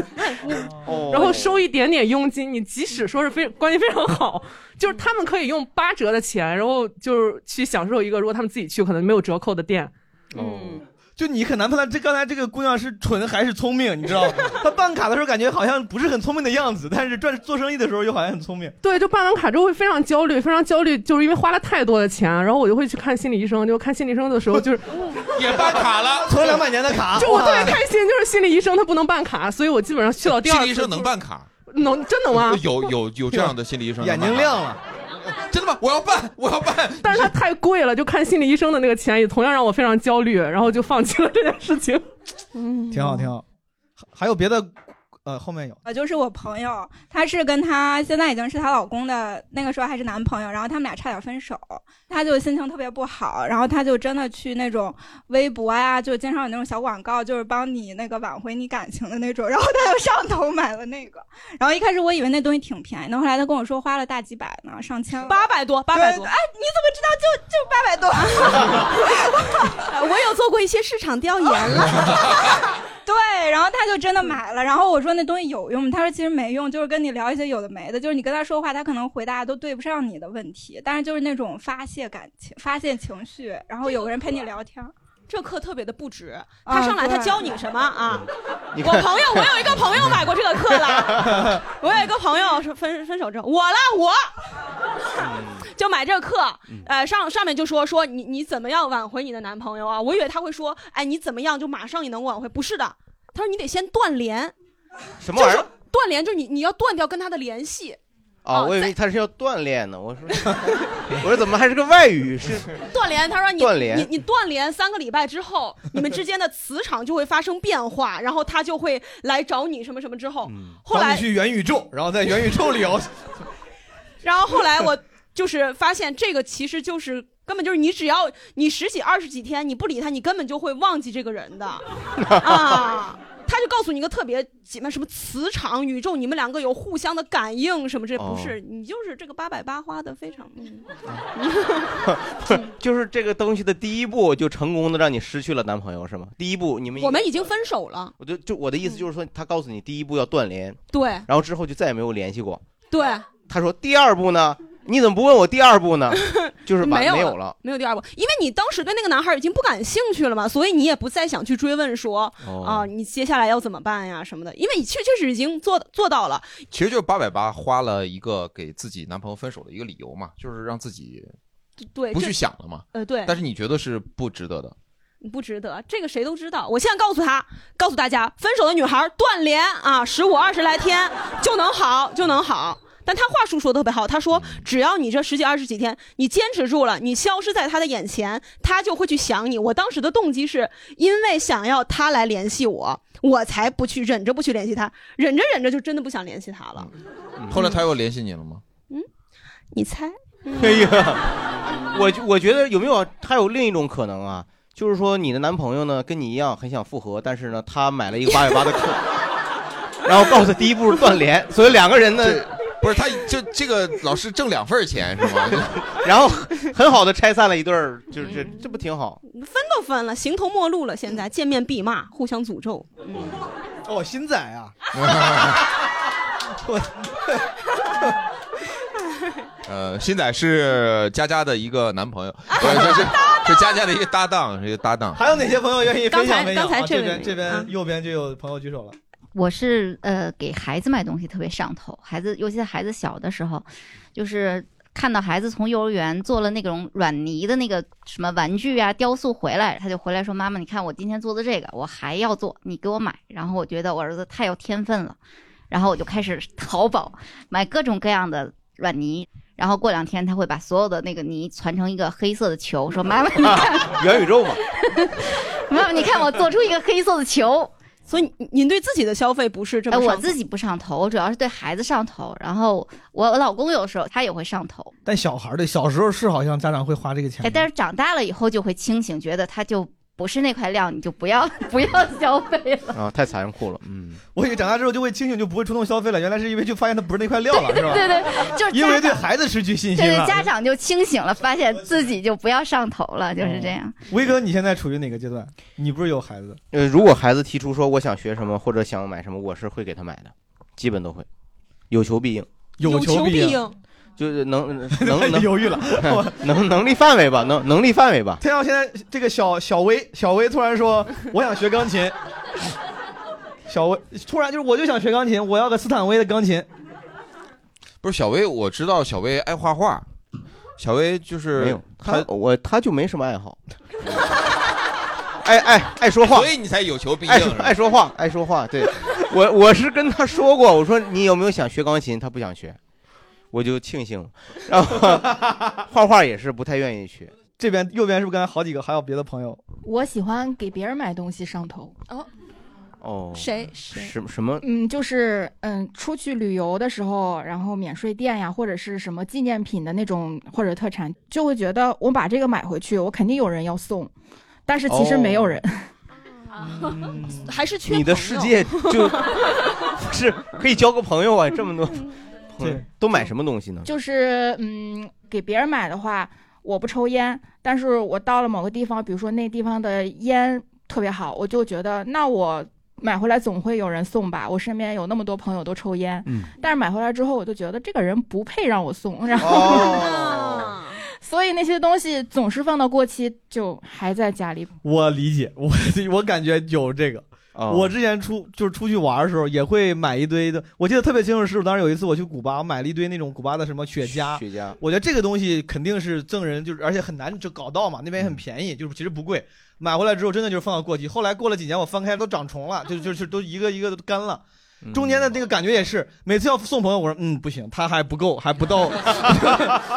哦然后收一点点佣金。你即使说是非关系非常好，就是他们可以用八折的钱，然后就是去享受一个如果他们自己去可能没有折扣的店。嗯，就你很难判断这刚才哎这个姑娘是蠢还是聪明，你知道吗？她办卡的时候感觉好像不是很聪明的样子，但是赚做生意的时候又好像很聪明。对，就办完卡之后会非常焦虑，非常焦虑，就是因为花了太多的钱，然后我就会去看心理医生。就看心理医生的时候，就是 也办卡了，存两百年的卡就我特别开心，就是心理医生他不能办卡，所以我基本上去到第二心次理医生能办卡，能真能啊 吗？有有有这样的心理医生，眼睛亮了，真的吗？我要办，我要办。但是它太贵了，就看心理医生的那个钱也同样让我非常焦虑，然后就放弃了这件事情。嗯，挺好，挺好。还有别的，呃，后面有。呃，就是我朋友，她是跟她现在已经是她老公的那个时候还是男朋友，然后他们俩差点分手，她就心情特别不好，然后她就真的去那种微博呀、就经常有那种小广告，就是帮你那个挽回你感情的那种，然后她就上头买了那个，然后一开始我以为那东西挺便宜的，后来她跟我说花了大几百呢，上千了，八百多，八百多。哎，你怎么知道就就八百多？我有做过一些市场调研了， 对，然后他就真的买了。然后我说那东西有用吗？他说其实没用，就是跟你聊一些有的没的，就是你跟他说话，他可能回答都对不上你的问题，但是就是那种发泄感情、发泄情绪，然后有个人陪你聊天。这课特别的不值。啊他上来他对教你什么啊？ 你我看朋友，我有一个朋友买过这个课了。 我有一个朋友是分分手之后，我了我，嗯 就买这个课。呃，上上面就说说你你怎么样挽回你的男朋友啊？我以为他会说，哎，你怎么样就马上你能挽回？不是的，他说你得先断联。什么玩意就儿是？断联就是你你要断掉跟他的联系。哦啊，我以为他是要锻炼呢。我说， 我说怎么还是个外语？是断联，他说你断联你你断联三个礼拜之后，你们之间的磁场就会发生变化，然后他就会来找你什么什么之后，嗯后帮来你去元宇宙，然后在元宇宙里聊。然后后来我就是发现这个其实就是根本就是你只要你十几二十几天你不理他，你根本就会忘记这个人的啊。他就告诉你一个特别什么什么磁场宇宙，你们两个有互相的感应什么，这不是、哦你就是这个八百八花的非常嗯。不是就是这个东西的第一步就成功的让你失去了男朋友是吗？第一步你们 我们已经分手了，我就就我的意思就是说，他告诉你第一步要断联，对然后之后就再也没有联系过。对，他说第二步呢？你怎么不问我第二步呢？就是把没有有了，没有第二步，因为你当时对那个男孩已经不感兴趣了嘛，所以你也不再想去追问说啊、哦你接下来要怎么办呀什么的，因为你确确实已经做做到了。其实就是八百八花了一个给自己男朋友分手的一个理由嘛，就是让自己对，不这去想了嘛。呃对但是你觉得是不值得的，不值得，这个谁都知道。我现在告诉他，告诉大家，分手的女孩断联啊，十五二十来天就能好，就能好。但他话术说的特别好，他说只要你这十几二十几天，你坚持住了，你消失在他的眼前，他就会去想你。我当时的动机是因为想要他来联系我，我才不去忍着不去联系他，忍着忍着就真的不想联系他了。嗯后来他又联系你了吗？你猜？嗯 哎呀，我就我觉得有没有还有另一种可能啊？就是说你的男朋友呢跟你一样很想复合，但是呢他买了一个八百八的课，然后告诉他第一步是断联，所以两个人呢不是他就这个老师挣两份钱是吗？ 然后很好的拆散了一对儿，就是这这不挺好？ 分都分了，形同陌路了，现在见面必骂，互相诅咒。嗯，哦，新仔啊，我呃，新仔是佳佳的一个男 朋友，不是这是是佳佳的一个搭档，是一个搭档。还有哪些朋友愿意分享分享？刚才刚才啊这这位边这啊边右边就有朋友举手了。我是呃给孩子买东西特别上头，孩子尤其是孩子小的时候，就是看到孩子从幼儿园做了那种软泥的那个什么玩具啊雕塑回来，他就回来说：“妈妈，你看我今天做的这个，我还要做，你给我买。”然后我觉得我儿子太有天分了，然后我就开始淘宝买各种各样的软泥。然后过两天他会把所有的那个泥攒成一个黑色的球，说：“妈妈，你看，元宇宙嘛，妈妈，你看我做出一个黑色的球。所以您您对自己的消费不是这么哎，我上头自己不上头，我主要是对孩子上头。然后我我老公有时候他也会上头，哎但小孩儿的小时候是好像家长会花这个钱哎，，但是长大了以后就会清醒，觉得他就不是那块料，你就不要 不要消费了。啊，太残酷了，嗯，我以为长大之后就会清醒，就不会冲动消费了。原来是因为就发现它不是那块料了，是吧？对对，就是因为对家长孩子失去信对心了对，。家长就清醒了，发现自己就不要上头了，就是这样。威哥，你现在处于哪个阶段？你不是有孩子？呃，如果孩子提出说我想学什么或者想买什么，我是会给他买的，基本都会，有求必应，有求必应。就是 能能能犹豫了 能能力范围吧，能能力范围吧。他要现在这个小小薇，小薇突然说：“我想学钢琴。” 小薇突然就是，我就想学钢琴，我要个斯坦威的钢琴。不是小薇，我知道小薇爱画画，小薇就是没有她他，我他就没什么爱好，爱爱爱说话，所以你才有求必应爱是说吧。爱说话，爱说话。对我，我是跟他说过，我说你有没有想学钢琴？他不想学，我就庆幸了。然后画画也是不太愿意学。这边右边是不是刚才好几个还有别的朋友？我喜欢给别人买东西上头。哦，哦，谁谁什什么？嗯，就是嗯，出去旅游的时候，然后免税店呀，或者是什么纪念品的那种或者特产，就会觉得我把这个买回去，我肯定有人要送，但是其实没有人。还是缺嗯你的朋世友界就 是可以交个朋友啊，这么多嗯朋友对都买什么东西呢？就是嗯，给别人买的话，我不抽烟，但是我到了某个地方，比如说那地方的烟特别好，我就觉得那我买回来总会有人送吧。我身边有那么多朋友都抽烟，嗯但是买回来之后，我就觉得这个人不配让我送，然后、 所以那些东西总是放到过期，就还在家里。我理解， 我我感觉有这个。哦我之前出就是出去玩的时候，也会买一堆的。我记得特别清楚，是我当时有一次我去古巴，我买了一堆那种古巴的什么雪茄。雪茄我觉得这个东西肯定是赠人，就是而且很难就搞到嘛，那边嗯也很便宜，就是其实不贵。买回来之后真的就是放到过期，后来过了几年我翻开都长虫了，就就就都一个一个都干了。嗯中间的那个感觉也是，每次要送朋友，我说嗯不行，他还不够，还不到。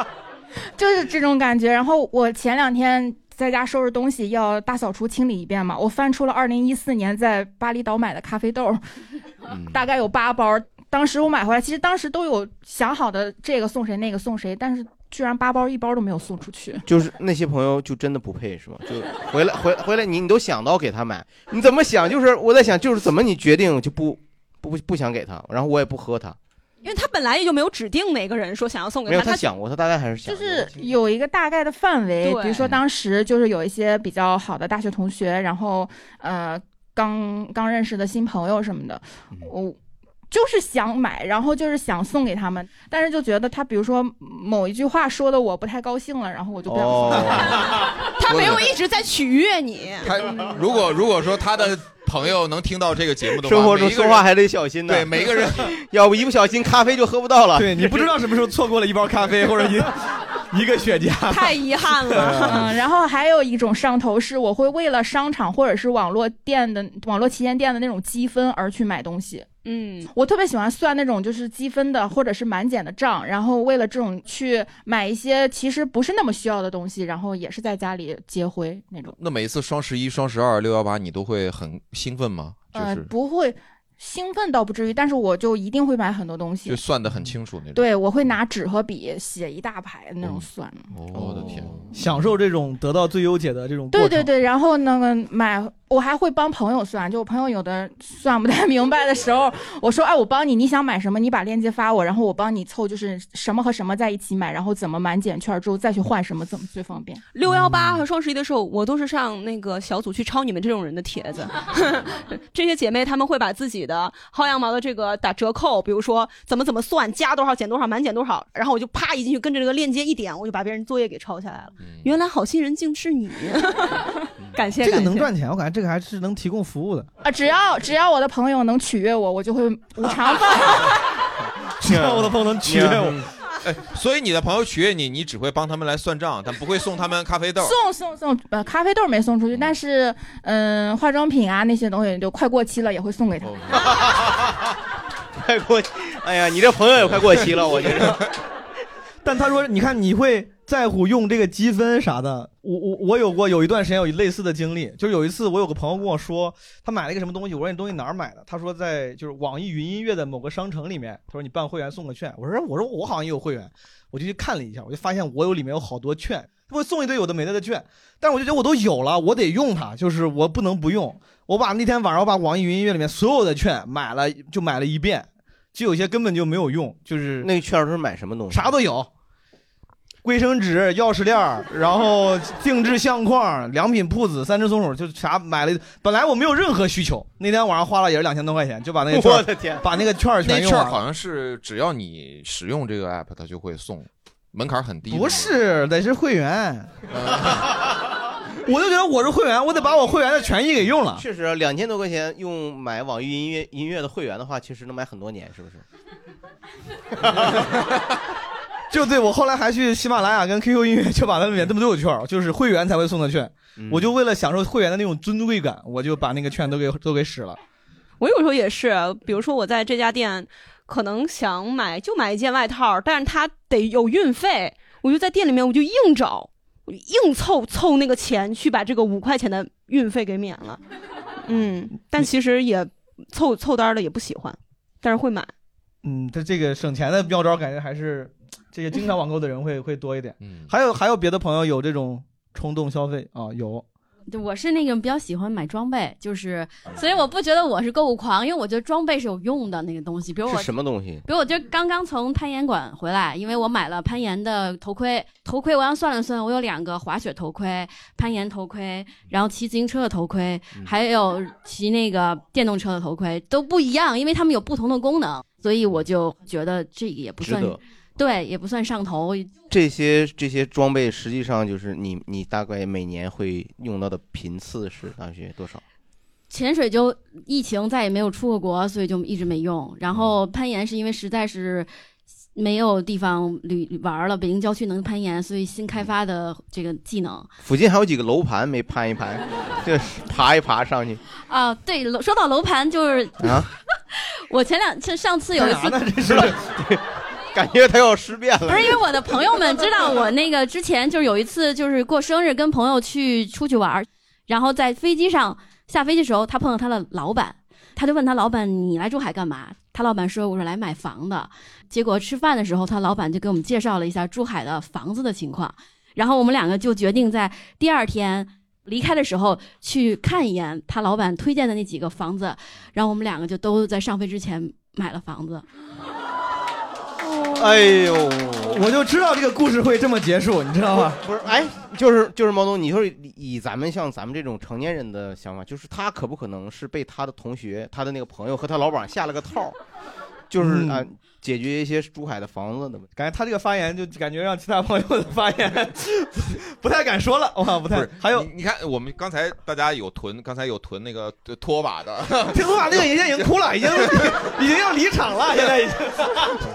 就是这种感觉。然后我前两天在家收拾东西，要大扫除清理一遍嘛，我翻出了2014年在巴厘岛买的咖啡豆， 大概有八包。当时我买回来，其实当时都有想好的这个送谁，那个送谁，但是居然八包一包都没有送出去。就是那些朋友就真的不配是吗？就回来回回来你你都想到给他买，你怎么想？就是我在想，就是怎么你决定就不不不不想给他，然后我也不喝他，因为他本来也就没有指定哪个人说想要送给没有他，他想过，他大概还是想就。是有一个大概的范围，对比如说当时就是有一些比较好的大学同学，然后呃刚刚认识的新朋友什么的，我就是想买，然后就是想送给他们，但是就觉得他比如说某一句话说的我不太高兴了，然后我就不想哦 送。他没有一直在取悦你。嗯他 如果如果说他的朋友能听到这个节目的话，生活中每一个说人话还得小心呢。对每个人， 要不一不小心咖啡就喝不到了。对你不 知道什么时候错过了一包咖啡或者一 一个雪茄。太遗憾了。嗯，然后还有一种上头是，我会为了商场或者是网络店的网络旗舰店的那种积分而去买东西。嗯，我特别喜欢算那种就是积分的或者是满减的账，然后为了这种去买一些其实不是那么需要的东西，然后也是在家里接灰那种。那每一次双十一、双十二、六幺八，你都会很兴奋吗？就呃，是不会兴奋倒不至于，但是我就一定会买很多东西就。算的很清楚那种。对，我会拿纸和笔写一大排那种算。哦我的天，享受这种得到最优解的这种过对程。对对，然后那个买，我还会帮朋友算，就我朋友有的算不太 明白的时候，我说哎，我帮你，你想买什么，你把链接发我，然后我帮你凑，就是什么和什么在一起买，然后怎么满减券之后再去换什么，怎么最方便。六幺八嗯和双十一的时候，我都是上那个小组去抄你们这种人的帖子。 这些姐妹她们会把自己的薅羊毛的这个打折扣，比如说怎么怎么算，加多少减多少，满减多少，然后我就啪一进去，跟着这个链接一点，我就把别人作业给抄下来了。嗯原来好心人竟是你， 感谢这个感能谢。赚钱，我感觉这个还是能提供服务的。啊，只要只要我的朋友能取悦我，我就会无偿放。 只要 我的朋友能取悦我，哎，所以你的朋友取悦你，你只会帮他们来算账，但不会送他们咖啡豆。送送送，呃，咖啡豆没送出去，但是嗯、化妆品啊那些东西就快过期了，也会送给他。哦快过期，哎呀，你这朋友也快过期了，我觉得。但他说，你看你会在乎用这个积分啥的。我我我有过有一段时间有类似的经历，就是有一次我有个朋友跟我说，他买了一个什么东西，我说你东西哪儿买的？他说在就是网易云音乐的某个商城里面，他说你办会员送个券。我说我说我好像也有会员，我就去看了一下，我就发现我有里面有好多券，他会送一堆有的没的的券，但是我就觉得我都有了，我得用它，就是我不能不用。我把那天晚上我把网易云音乐里面所有的券买了，就买了一遍，就有些根本就没有用，就是那个券都是买什么东西？啥都有，卫生纸、钥匙链儿，然后定制相框、良品铺子、三只松鼠，就啥买了一。本来我没有任何需求，那天晚上花了也是两千多块钱，就把那个券我的天把那个券儿那全用啊券儿完了。好像是只要你使用这个 app，它就会送，门槛很低的。不是，得是 会员。我就觉得我是会员，我得把我会员的权益给用了。确实，两千多块钱用买网易云音乐音乐的会员的话，其实能买很多年，是不是？ 就对我后来还去喜马拉雅跟 QQ 音乐，就把它里面这么多有券儿，就是会员才会送的券。我就为了享受会员的那种尊贵感，我就把那个券都给都给使了。我有时候也是，比如说我在这家店可能想买就买一件外套，但是它得有运费，我就在店里面我就硬找，我就硬凑凑那个钱去把这个五块钱的运费给免了。嗯，但其实也凑凑单儿的也不喜欢，但是会买。嗯，他这个省钱的妙招，感觉还是这些经常网购的人会会多一点。嗯，还有还有别的朋友有这种冲动消费啊？有，对，我是那个比较喜欢买装备，就是，所以我不觉得我是购物狂，因为我觉得装备是有用的那个东西。比如我是什么东西？比如我就刚刚从攀岩馆回来，因为我买了攀岩的头盔，头盔我刚算了算，我有两个滑雪头盔、攀岩头盔，然后骑自行车的头盔，嗯还有骑那个电动车的头盔，都不一样，因为它们有不同的功能，所以我就觉得这个也不算值得，对，也不算上头。这些这些装备实际上就是你你大概每年会用到的频次是大学多少？潜水就疫情再也没有出过国，所以就一直没用。然后攀岩是因为实在是没有地方旅玩了，北京郊区能攀岩，所以新开发的这个技能附近还有几个楼盘没攀一攀，就是爬一爬上去啊。对，楼说到楼盘，就是啊？ 我前两这上次有一次，这是感觉他要尸变了。不是因为我的朋友们知道我那个之前就是有一次就是过生日跟朋友去出去玩儿，然后在飞机上下飞机时候，他碰到他的老板，他就问他老板你来珠海干嘛？他老板说我是来买房的。结果吃饭的时候，他老板就给我们介绍了一下珠海的房子的情况，然后我们两个就决定在第二天。离开的时候去看一眼他老板推荐的那几个房子，然后我们两个就都在上飞之前买了房子。哎呦，我就知道这个故事会这么结 束，你知道吗？不是，哎，就是就是毛东，你说以咱们像咱们这种成年人的想法，就是他可不可能是被他的同学、他的那个朋友和他老板下了个套儿，就是啊、解决一些珠海的房子的问题。嗯感觉他这个发言就感觉让 其他朋友的发言不太敢说了，哇，不不太是，还有你你看，我们刚才大家有囤，刚才有囤那个呃拖把的， 拖把那个人家已经哭了，已经 已经要离场了，现在已经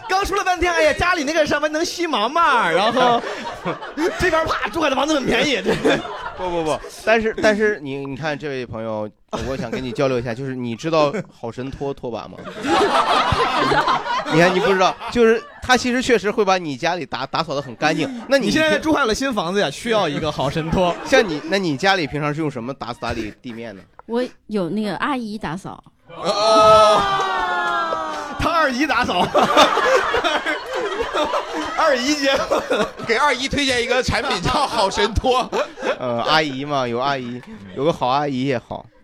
刚说了半天，哎呀，家里那个什么能吸毛嘛，然后 这边啪，珠海的房子很 便宜，这 不不不，但是但是你你看这位朋友，我想跟你交流一下，就是你知道好神拖拖把吗？ 你看你不知道，就是他其实确实会把你家里打打扫的很干净。那你现在住坏了新房子呀，需要一个好神拖。像你，那你家里平常是用什么打打理地面呢？我有那个阿姨打扫，哦他二姨打扫，二姨结婚，给二姨推荐一个产品叫好神 拖，呃，阿姨嘛，有阿姨，有个好阿姨也好。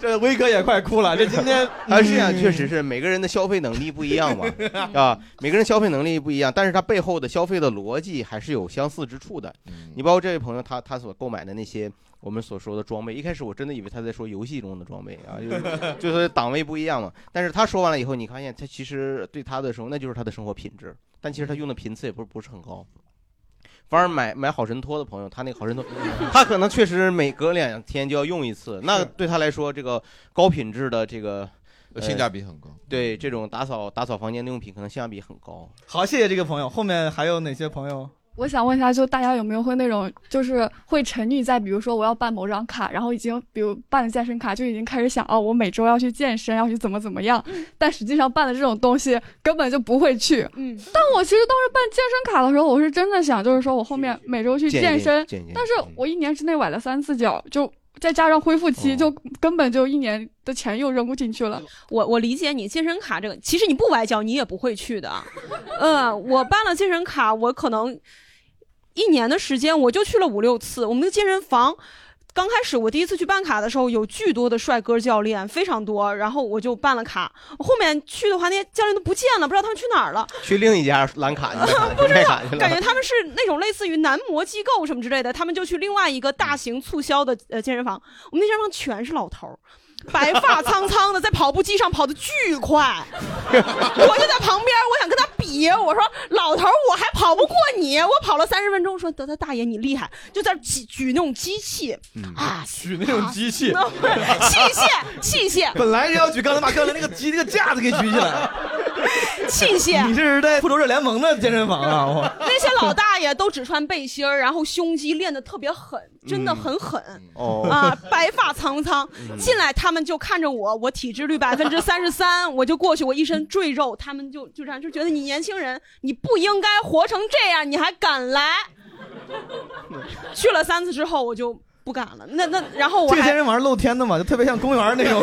这威哥也快哭了，这今天啊，是啊，确实是每个人的消费能力不一 样嘛，啊，每个人消费能力不一样，但是他背后的消费的逻辑还是有相似之处的。你包括这位朋友，他他所购买的那些我们所说的装备，一开始我真的以为他在说游戏中的装备啊，就是就是档位不一样嘛。但是他说完了以后，你发现他其实对他的生活，那就是他的生活品质，但其实他用的频次也不是不是很高。反而买买好神拖的朋友，他那个好神拖， 他可能确实每隔两天就要用一次，那对他来说，这个高品质的这个、呃性价比很高。对这种打扫打扫房间的用品，可能性价比很啊高。好，谢谢这个朋友。后面还有哪些朋友？我想问一下，就大家有没有会那种，就是会沉溺在，比如说我要办某张卡，然后已经比如办了健身卡，就已经开始想哦，我每周要去健身，要去怎么怎么样，嗯但实际上办了这种东西根本就不会去。嗯，但我其实当时办健身卡的时候，我是真的想，就是说我后面每周去健健健身健健，但是我一年之内崴了三次脚，就再加上恢复期，就根本就一年的钱又扔不进去了。我我理解你健身卡这个，其实你不崴脚你也不会去的。 嗯，我办了健身卡，我可能一年的时间我就去了五六次。我们的健身房刚开始我第一次去办卡的时候，有巨多的帅哥教练，非常多。然后我就办了卡，后面去的话那些教练都不见了，不知道他们去哪儿了。去另一家蓝卡去了，不知哎卖 道卡去，了，感觉他们是那种类似于男模机构什么之类的，他们就去另外一个大型促销的呃健身房。我们那健身房全是老头儿，白发苍苍的，在跑步机上跑得巨快。我就在旁边，我想跟他比，我说老头儿我还跑不过你，我跑了三十分钟，说得得大爷你厉害，就在举举那种机器啊，举那种机器，器 械器械，本来是要举，刚才把刚才那个机那个架子给举起来。 器械你这是在复仇者联盟的健身房啊！我那些 老大爷都只穿背心儿，然后胸肌练得特别狠，真的很狠。嗯哦啊，白发苍苍，进来他们就看着我，我体脂率百分之三十三，我就过去，我一身赘肉，他们就就这样，就觉得你年轻人，你不应该活成这样，你还敢来？去了三次之后，我就不敢了。那那然后我这个还健身房是露天的嘛，就特别像公园 那种，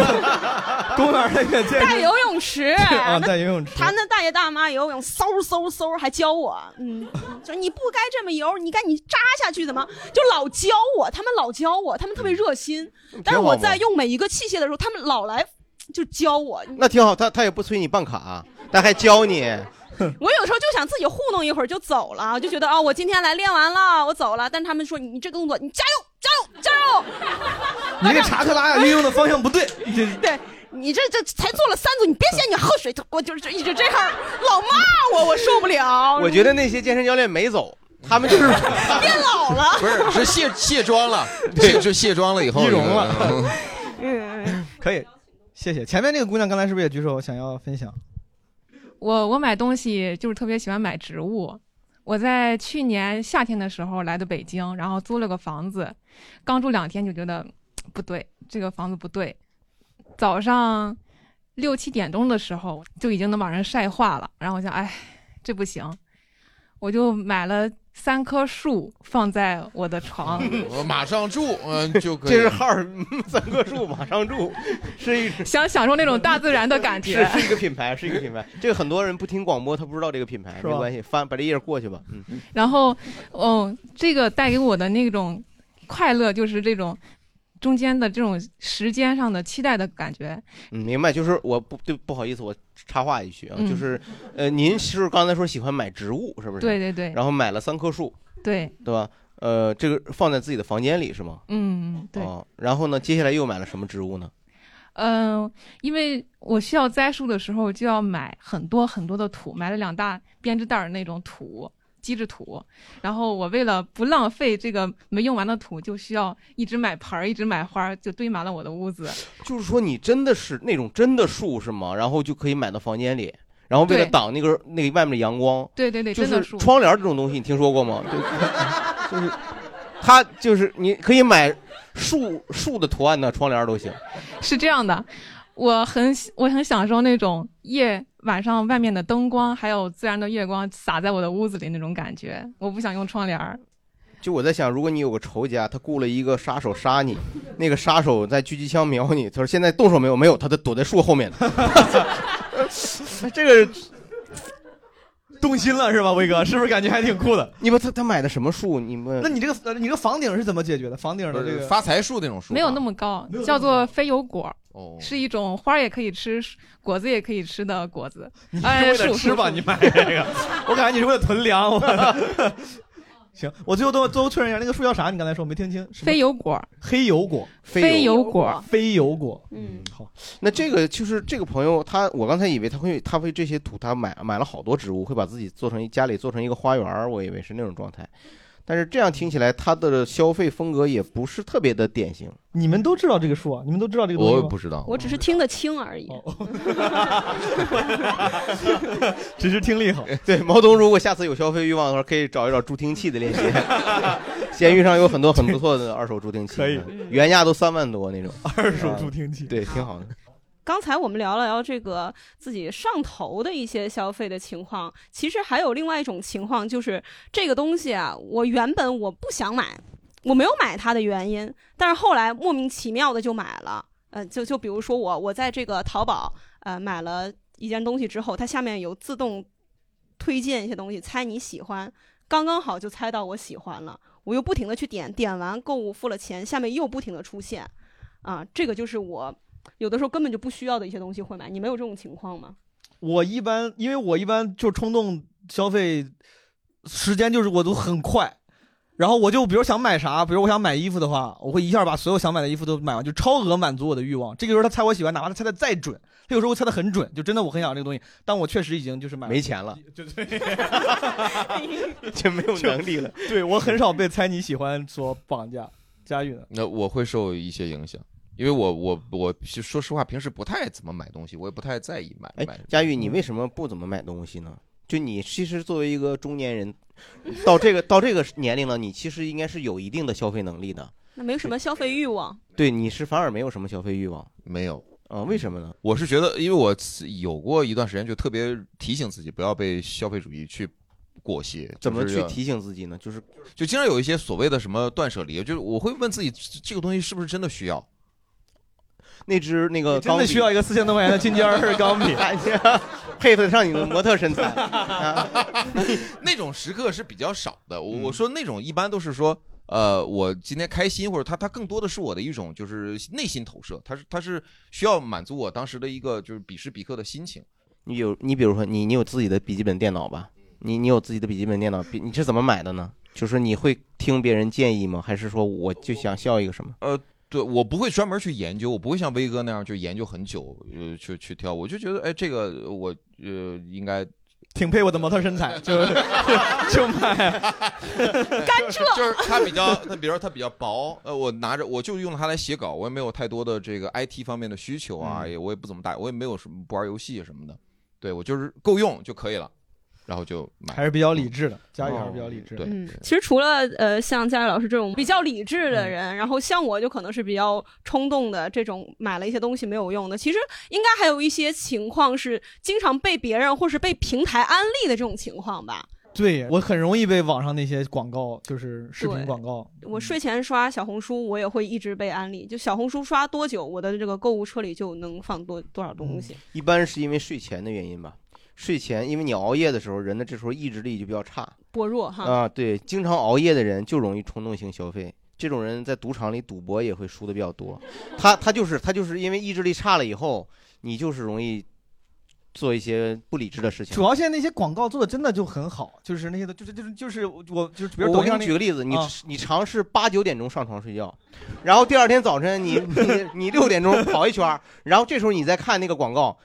公园那个健身带游泳池， 啊，那带游泳池，他那大爷大妈游泳，嗖嗖嗖，还教我，嗯，就你不该这么游，你该你扎下去怎么？就老教我，他们老教我，他们特别热心。但是我在用每一个器械的时候，他们老来就教我。 那挺好，他他也不催你办卡，啊但还教你。我有时候就想自己糊弄一会儿就走了，就觉得啊、我今天来练完了，我走了。但是他们说你你这个动作，你加油加油加油！你这查克拉呀运用的方向不对，这对你这这才做了三组，你别嫌你喝水，我就是一直这样，老骂我，我受不了。我觉得那些健身教练没走，他们就是 变老了。不是是卸卸妆了， 卸就卸妆了以后易容这个了嗯嗯， 可以，谢谢。前面那个姑娘刚才是不是也举手想要分享？ 我我买东西就是特别喜欢买植物。我在去年夏天的时候来的北京，然后租了个房子，刚住两天就觉得嗯不对，这个房子不对。早上六七点钟的时候就已经能把人晒化了，然后我想，哎，这不行，我就买了三棵树放在我的 床。我马上住，嗯，就可以。这是号儿嗯三棵树马上住， 是一想享受那种大自然的感是觉。是一个品牌，是一个品牌。这个很多人不听广播，他不知道这个品牌，是没吧关系，翻把这页过去吧。嗯，然后，哦，这个带给我的那种快乐，就是这种中间的这种时间上的期待的感觉。嗯明白。就是我不对，不好意思，我插话一句啊，嗯就是呃，您是刚才说喜欢买植物，是不是？对对对然后买了三棵树，对，对吧？呃，这个放在自己的房间里是吗？嗯，对，哦，然后呢，接下来又买了什么植物呢？嗯、因为我需要栽树的时候就要买很多很多的土，买了两大编织袋儿那种土。机制土，然后我为了不浪费这个没用完的土，就需要一直买盆儿，一直买花儿，就堆满了我的屋子。就是说你真的是那种真的树是吗？然后就可以买到房间里，然后为了对挡那个那个外面的阳光，对对对，就真的是树。窗帘这种东西，你听说过吗？对，就是它就是你可以买树树的图案的窗帘都行。 是这样的，我很喜我很享受那种夜晚上外面的灯光，还有自然的月光洒在我的屋子里那种感觉。我不想用窗帘儿。就我在想，如果你有个仇家，他雇了一个杀手杀你，那个杀手在狙击枪瞄你，他说现在动手没有？没有，他在躲在树后面呢。这个动心了是吧，威哥？是不是感觉还挺酷的？你们他他买的什么树？你们那你这个呃你这个房顶是怎么解决的？房顶的这个发财树那种树没有那么高，叫做非油果，哦是一种花儿也可以吃，果子也可以吃的果子。你是哎，为了树吃吧？树你买这个，我感觉你是为了囤粮。我 行，我最后都最后确认一下，那个树叫啥？你刚才说我没听清。非油果，黑油果，非油果，非油果。嗯，好。那这个就是这个朋友，他我刚才以为他会他会这些土，他买买了好多植物，会把自己做成一家里做成一个花园儿，我以为是那种状态。但是这样听起来，他的消费风格也不是特别的典型。你们都知道这个数啊？你们都知道这个东西吗？我不知道我只是听得清而已。只是听力好。 对，毛东，如果下次有消费欲望的话，可以找一找助听器的 链接。闲鱼上有很多很不错的二手助听器，可以原价都三万多那种。二手助听器，对，挺好的。刚才我们聊了聊这个自己上头的一些消费的情况，其实还有另外一种情况，就是这个东西啊，我原本我不想买，我没有买它的原因，但是后来莫名其妙的就买了。呃，就就比如说我我在这个淘宝呃买了一件东西之后，它下面有自动推荐一些东西，猜你喜欢，刚刚好就猜到我喜欢了，我又不停的去点，点完购物付了钱，下面又不停的出现，啊，这个就是我有的时候根本就不需要的一些东西会买，你们有这种情况吗？我一般，因为我一般就冲动消费，时间就是我都很快，然后我就比如想买啥，比如我想买衣服的话，我会一下把所有想买的衣服都买完，就超额满足我的欲望。这个时候他猜我喜欢，哪怕他猜的再准，他有时候猜的很准，就真的我很想要这个东西，但我确实已经就是买没钱了，就 就没有能力了。对我很少被猜你喜欢所绑架。佳宇呢？那我会受一些影响，因为我我我其实说实话，平时不太怎么买东西，我也不太在意买哎买。，嗯佳玉，你为什么不怎么买东西呢？就你其实作为一个中年人，到这个到这个年龄了，你其实应该是有一定的消费能力的。那没有什么消费欲望，对，你是反而没有什么消费欲望，没有啊？为什么呢？我是觉得，因为我有过一段时间就特别提醒自己不要被消费主义去裹挟。怎么就是去要提醒自己呢？就是就经常有一些所谓的什么断舍离，就是我会问自己这这个东西是不是真的需要。那只那个哎真的需要一个四千多块钱的金尖儿 钢笔配得上你的模特身材。 那种时刻是比较少的。我我说那种一般都是说，呃，我今天开心，或者他他更多的是我的一种就是内心投射，他是他是需要满足我当时的一个就是彼时彼刻的心情。你有你比如说你你有自己的笔记本电脑吧？你你有自己的笔记本电脑，笔你是怎么买的呢？就是你会听别人建议吗？还是说我就想要一个什么？呃，对我不会专门去研究，我不会像威哥那样就研究很久，呃，去去挑，我就觉得哎，这个我呃应该挺配我的模特身材，就 就买。甘蔗 就是它比较，它比如说它比较薄，呃，我拿着我就用它来写稿，我也没有太多的这个 IT 方面的需求嗯啊，也我也不怎么打，我也没有什么不玩游戏什么的，对我就是够用就可以了，然后就哦买，还是比嗯较理智的，佳宇还是比较理智。对嗯，其实除了呃像佳宇老师这种比较理智嗯的人，然后像我就可能是比较冲动的这种买了一些东西没有用的，其实应该还有一些情况是经常被别人或是被平台安利的这种情况吧。对我很容易被网上那些广告，就是视频对广告，我嗯睡前刷小红书，我也会一直被安利，就小红书刷多久，我的这个购物车里就能放多多少东西。一般是因为睡前的原因吧。睡前，因为你熬夜的时候，人的这时候意志力就比较差薄弱哈，啊。对，经常熬夜的人就容易冲动性消费，这种人在赌场里赌博也会输的比较多。他他就是他就是因为意志力差了以后，你就是容易做一些不理智的事情。主要现在那些广告做的真的就很好，就是那些的，就是就是就是我就是比如我抖给音上你那举个例子，你啊你尝试八九点钟上床睡觉，然后第二天早晨你你你六点钟跑一圈儿，然后这时候你再看那个广告，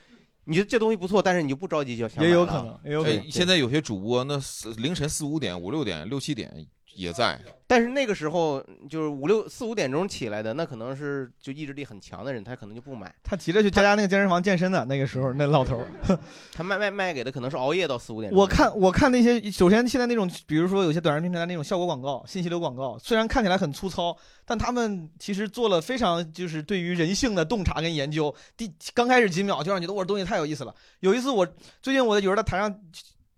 你觉得这东西不错，但是你就不着急就想也有买可了啊能也有可能哎现在有些主播那四凌晨四五点、五六点、六七点也在，但是那个时候就是五六四五点钟起来的，那可能是就意志力很强的人，他可能就不买，他急着去佳佳那个健身房健身的那个时候，那老头儿。他卖卖卖给的可能是熬夜到四五点钟。我看我看那些，首先现在那种，比如说有些短视频平台那种效果广告、信息流广告，虽然看起来很粗糙，但他们其实做了非常就是对于人性的洞察跟研究。第刚开始几秒就让你觉得我这东西太有意思了。有一次我最近我有时候在台上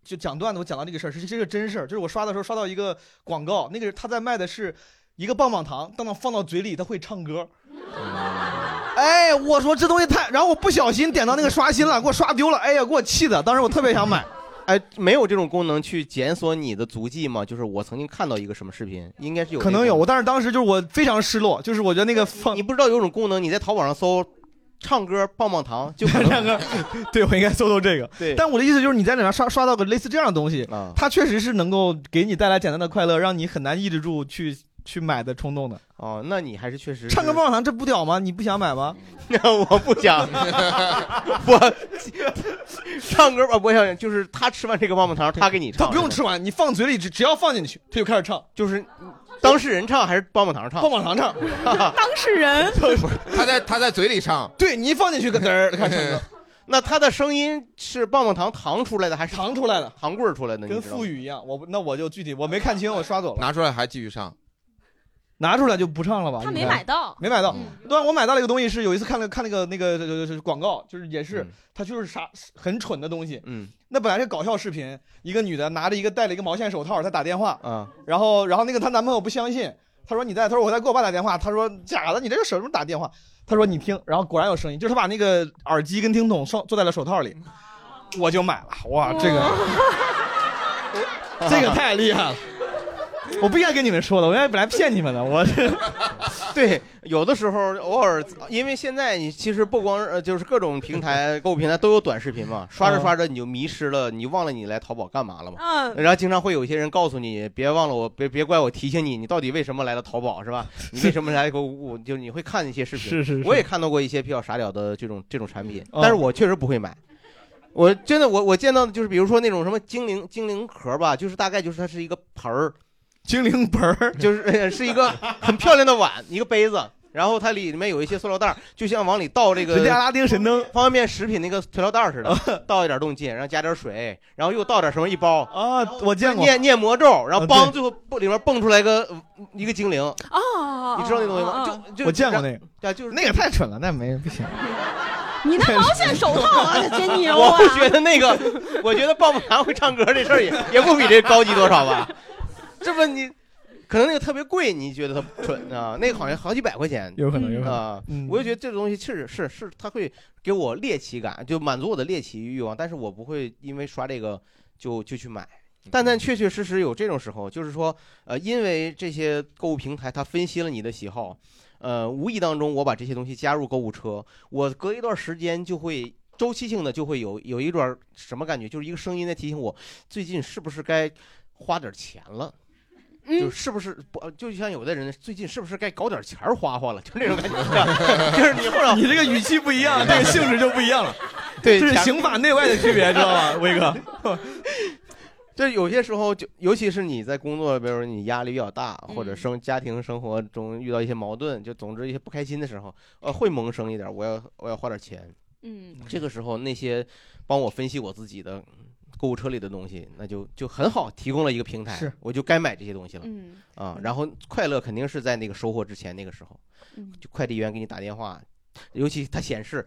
就讲段子，我讲到这个事儿是这个真事儿，就是我刷的时候刷到一个广告，那个他在卖的是一个棒棒糖，当当放到嘴里，它会唱歌。哎，我说这东西太，然后我不小心点到那个刷新了，给我刷丢了，哎呀，给我气的，当时我特别想买。 哎，没有这种功能去检索你的足迹吗？就是我曾经看到一个什么视频，应该是有，可能有，我但是当时就是我非常失落，就是我觉得那个 放，你不知道有种功能，你在淘宝上搜唱歌棒棒糖，就可能 唱歌，对我应该搜搜这个。对啊但我的意思就是你在里面刷刷到个类似这样的东西，它确实是能够给你带来简单的快乐，让你很难抑制住去去买的冲动的。哦，那你还是确实 唱歌棒棒糖这不屌吗？你不想 买吗？我不想， 我唱歌吧，我想就是他吃完这个棒棒糖，他给你唱，他不用吃完，你放嘴里只只要放进去，他就开始唱，就是当事人唱还是棒棒糖唱？棒棒糖唱， 当事 人他在他在嘴里唱，对你一放进去，咯噔儿开始唱歌。 那他的声音是棒棒糖糖出来的还是糖出来的？糖棍儿出来的， 跟富富语一样。我不那我就具体我没看清，我刷走了。拿出来还继续唱，拿出来就不唱了吧？他没应该买到嗯没买到。对，啊我买到了一个东西，是有一次看了看那个那个就是广告，就是也嗯是它就是啥很蠢的东西。嗯，那本来是搞笑视频，一个女的拿着一个戴了一个毛线手套，她打电话，啊，然后然后那个她男朋友不相信，她说你在，她说我在给我爸打电话，她说假的，你这是什么打电话？她说你听，然后果然有声音，就是她把那个耳机跟听筒双坐在了手套里，我就买了，哇，这个这个太厉害了。我不应该跟你们说的，我应该本来骗你们的，我是 对，有的时候偶尔，因为现在你其实不光是呃，就是各种平台、购物平台都有短视频嘛，嗯刷着刷着你就迷失了，你忘了你来淘宝干嘛了嘛。啊嗯然后经常会有一些人告诉你，别忘了我，别别怪我提醒你，你到底为什么来了淘宝是 吧？你为什么来购物？就你会看一些视频，是是是我也看到过一些比较傻屌的这种这种产品，嗯但是我确实不会买。我真的，我我见到的就是，比如说那种什么精灵精灵壳吧，就是大概就是它是一个盆儿，精灵盆儿，就是呃是一个很漂亮的碗，一个杯子，然后它里面有一些塑料袋儿，就像往里倒这个人家阿拉丁神灯方便面食品那个塑料袋儿啊似的，倒一点东西，然后加点水，然后又倒点什么一包啊，我见过念念魔咒，然后啊帮对最后蹦里面蹦出来个呃一个精灵，啊哦，你知道那东西吗？就就我见过那个，对啊，就是那个太蠢了，那没不行。你那毛线手套啊，真牛 我啊！不觉得那个，我觉得棒棒糖会唱歌这事儿也也不比这高级多少吧？这不你，可能那个特别贵，你觉得它蠢啊？那个好像好几百块钱，有可能有可能嗯啊。我就觉得这个东西是是是，它会给我猎奇感，就满足我的猎奇欲望，但是我不会因为刷这个就就去买。嗯但但确确实实有这种时候，就是说，呃，因为这些购物平台它分析了你的喜好，呃，无意当中我把这些东西加入购物车，我隔一段时间就会周期性的就会有有一段什么感觉，就是一个声音在提醒我，最近是不是该花点钱了。嗯就是不是不就像有的人最近是不是该搞点钱儿花花了， 就那种 感觉，就是你或者你这个语气不一样，这个性质就不一样了。对这是前刑法内外的区别，知道 吗，威哥？这有些时候就，尤其是你在工作，比如说你压力比较大，或嗯者生家庭生活中遇到一些矛盾，就总之一些不开心的时候，呃，会萌生一点，我要我要花点钱。嗯这个时候那些帮我分析我自己的购物车里的东西，那就就很好提供了一个平台，是我就该买这些东西了。嗯啊，然后快乐肯定是在那个收货之前那个时候，嗯就快递员给你打电话，尤其它显示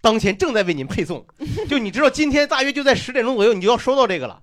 当前正在为您配送，就你知道今天大约就在十点钟左右你就要收到这个了，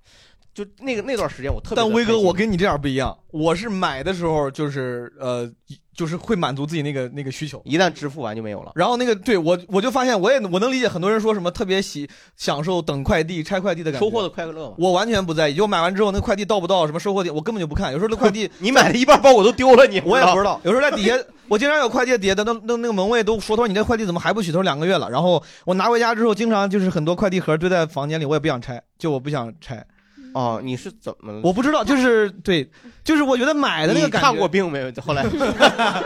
就那个那段时间我特别的但威哥，开心我跟你这样不一样，我是买的时候就是呃，就是会满足自己那个那个需求。一旦支付完就没有了。然后那个对我，我就发现我也我能理解很多人说什么特别喜享受等快递、拆快递的感觉，收获的快乐嘛。我完全不在意，就买完之后那快递到不到，什么收货点，我根本就不看。有时候那快递 你买了一半包我都丢了，你 我也不知道。有时候在底下，我经常有快递底下的那那那个门卫都说，他说你这快递怎么还不取？他说两个月了。然后我拿回家之后，经常就是很多快递盒堆在房间里，我也不想拆，就我不想拆。哦，你是怎么了？我不知道，就是对，就是我觉得买的那个你感觉。看过病没有？ 后来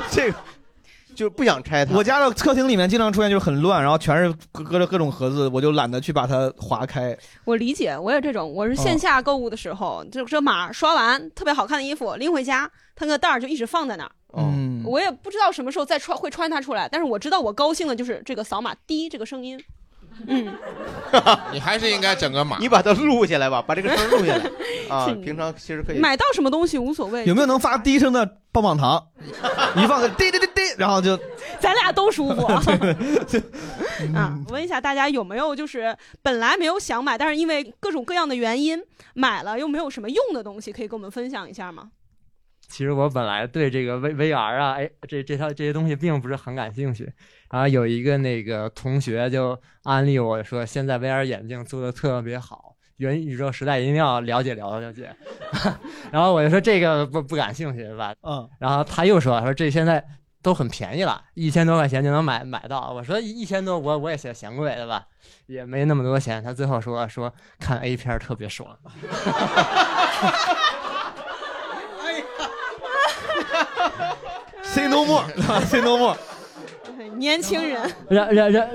这个就不想拆它。我家的客厅里面经常出现就是很乱，然后全是搁搁着各种盒子，我就懒得去把它划开。我理解，我也这种，我是哦线下购物的时候，就这码刷完特别好看的衣服拎回家，它那个袋儿就一直放在那儿。嗯，我也不知道什么时候再穿会穿它出来，但是我知道我高兴的就是这个扫码滴这个声音， 嗯你还是应该整个码。你把它录下来吧，把这个声录下来啊是。平常其实可以买到什么东西无所谓。有没有能发低声的棒 棒糖？一放个滴滴滴滴，然后就咱俩都舒服 啊！啊，我问一下大家有没有就是本来没有想买，但是因为各种各样的原因买了又没有什么用的东西，可以跟我们分享一下 吗？其实我本来对这个 V V R 啊，哎，这这套这些东西并不是很感兴趣。然后有一个那个同学就安利我说，现在 V R 眼镜做的特别好，元宇宙时代一定要了解了了解。 然后我就说这个不不感兴趣是吧？嗯。然后他又说说这现在都很便宜了，一千多块钱就能买买到。我说一千多我我也嫌嫌贵对吧？也没那么多钱。他最后说说看 A 片儿特别爽。 哎呀， Say no more，Say no more。年轻人，然然然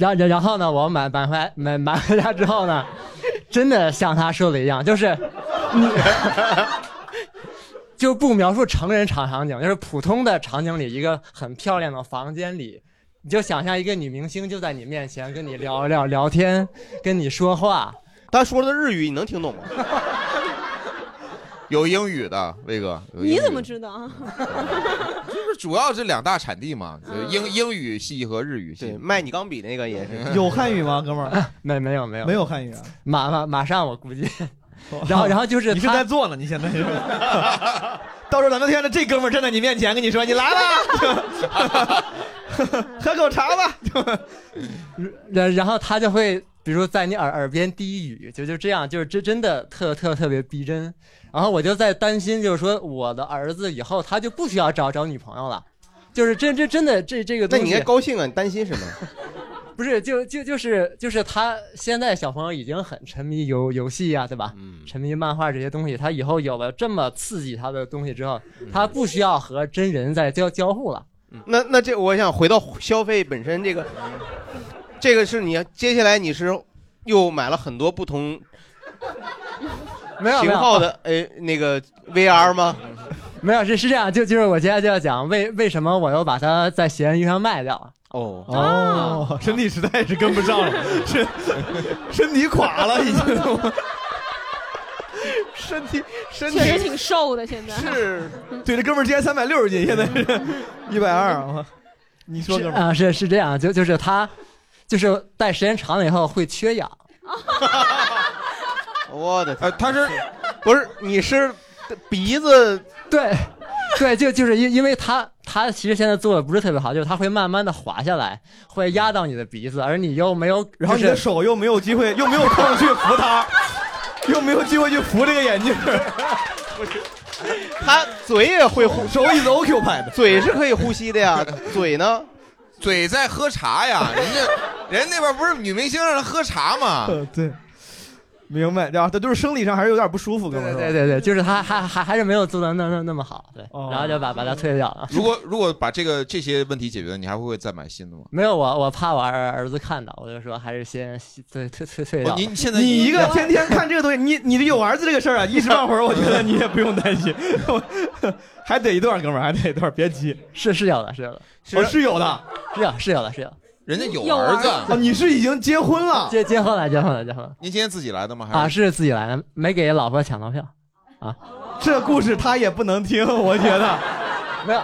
然然然后呢，我买买回来买买回家之后呢，真的像他说的一样，就是你 就不描述成人场场景，就是普通的场景里，一个很漂亮的房间里，你就想象一个女明星就在你面前跟你聊聊聊天，跟你说话。他说的日语你能听懂吗？有英语的，魏哥，有英语你怎么知道啊？就是主要这两大产地嘛，就嗯英英语系和日语系。卖你钢笔那个也 是 有汉语吗，哥们儿？ 没没有没有没有汉语啊？哦马马马上我估计，然后然后就是你是他在做呢，你现在是。 到时候咱们天的这哥们儿站在你面前跟你说：“你来吧，喝口茶吧。 然然后他就会，比如说在你耳耳边低语，就就这样，就是真真的特特特别逼真。然后我就在担心，就是说我的儿子以后他就不需要找找女朋友了，就是真真真的这这个那东西。你应该高兴啊，你担心什么？不是，就就就是就是他现在小朋友已经很沉迷游游戏啊呀、对吧？嗯沉迷漫画这些东西，他以后有了这么刺激他的东西之后，嗯他不需要和真人在交交互了。那那这我想回到消费本身这个，这个是你接下来你是又买了很多不同没有型号的哎那个 VR 吗？没有，是是这样，就就是我接下来就要讲为为什么我又把它在闲鱼上卖掉啊了。哦哦，身体实在是跟不上了，身身体垮了已经。 身体身体确实挺瘦的，现在是”对，这哥们儿之前三百六十斤，现在 是一百二。啊 你说是哥们啊、儿，是是这样，就就是他，就是戴时间长了以后会缺氧。我的，呃， 他是不是你是鼻子？对，对，就就是因因为他他其实现在做的不是特别好，就是他会慢慢的滑下来，会压到你的鼻子，而你又没有，然后你的就是手又没有机会，又没有空去扶他，又没有机会去扶这个眼镜。他嘴也会呼，手一直 OQ 拍的，嘴是可以呼吸的呀，嘴呢？嘴在喝茶呀，人家人那边不是女明星让他喝茶啊 吗？呃对，明白，对吧？这就是生理上还是有点不舒服，哥们儿。对对对，就是他还还还是没有做的那那那么好，对，然后就把把它退掉了。 如果如果把这个这些问题解决了，你还会不会再买新的吗？没有我，我怕我儿儿子看到，我就说还是先退退退退掉哦了。您现在你一个天天看这个东西，你你有儿子这个事儿啊，一时半会儿我觉得你也不用担心，还得一段，哥们儿，还得一段，别急。是是有的，是有的，我是有的，是有是有的，是有。人家有有儿子儿子哦你是已经结婚了结结婚了，结婚了，结婚了。您今天自己来的吗？还啊，是自己来的，没给老婆抢到票。啊这故事他也不能听，我觉得。 没有，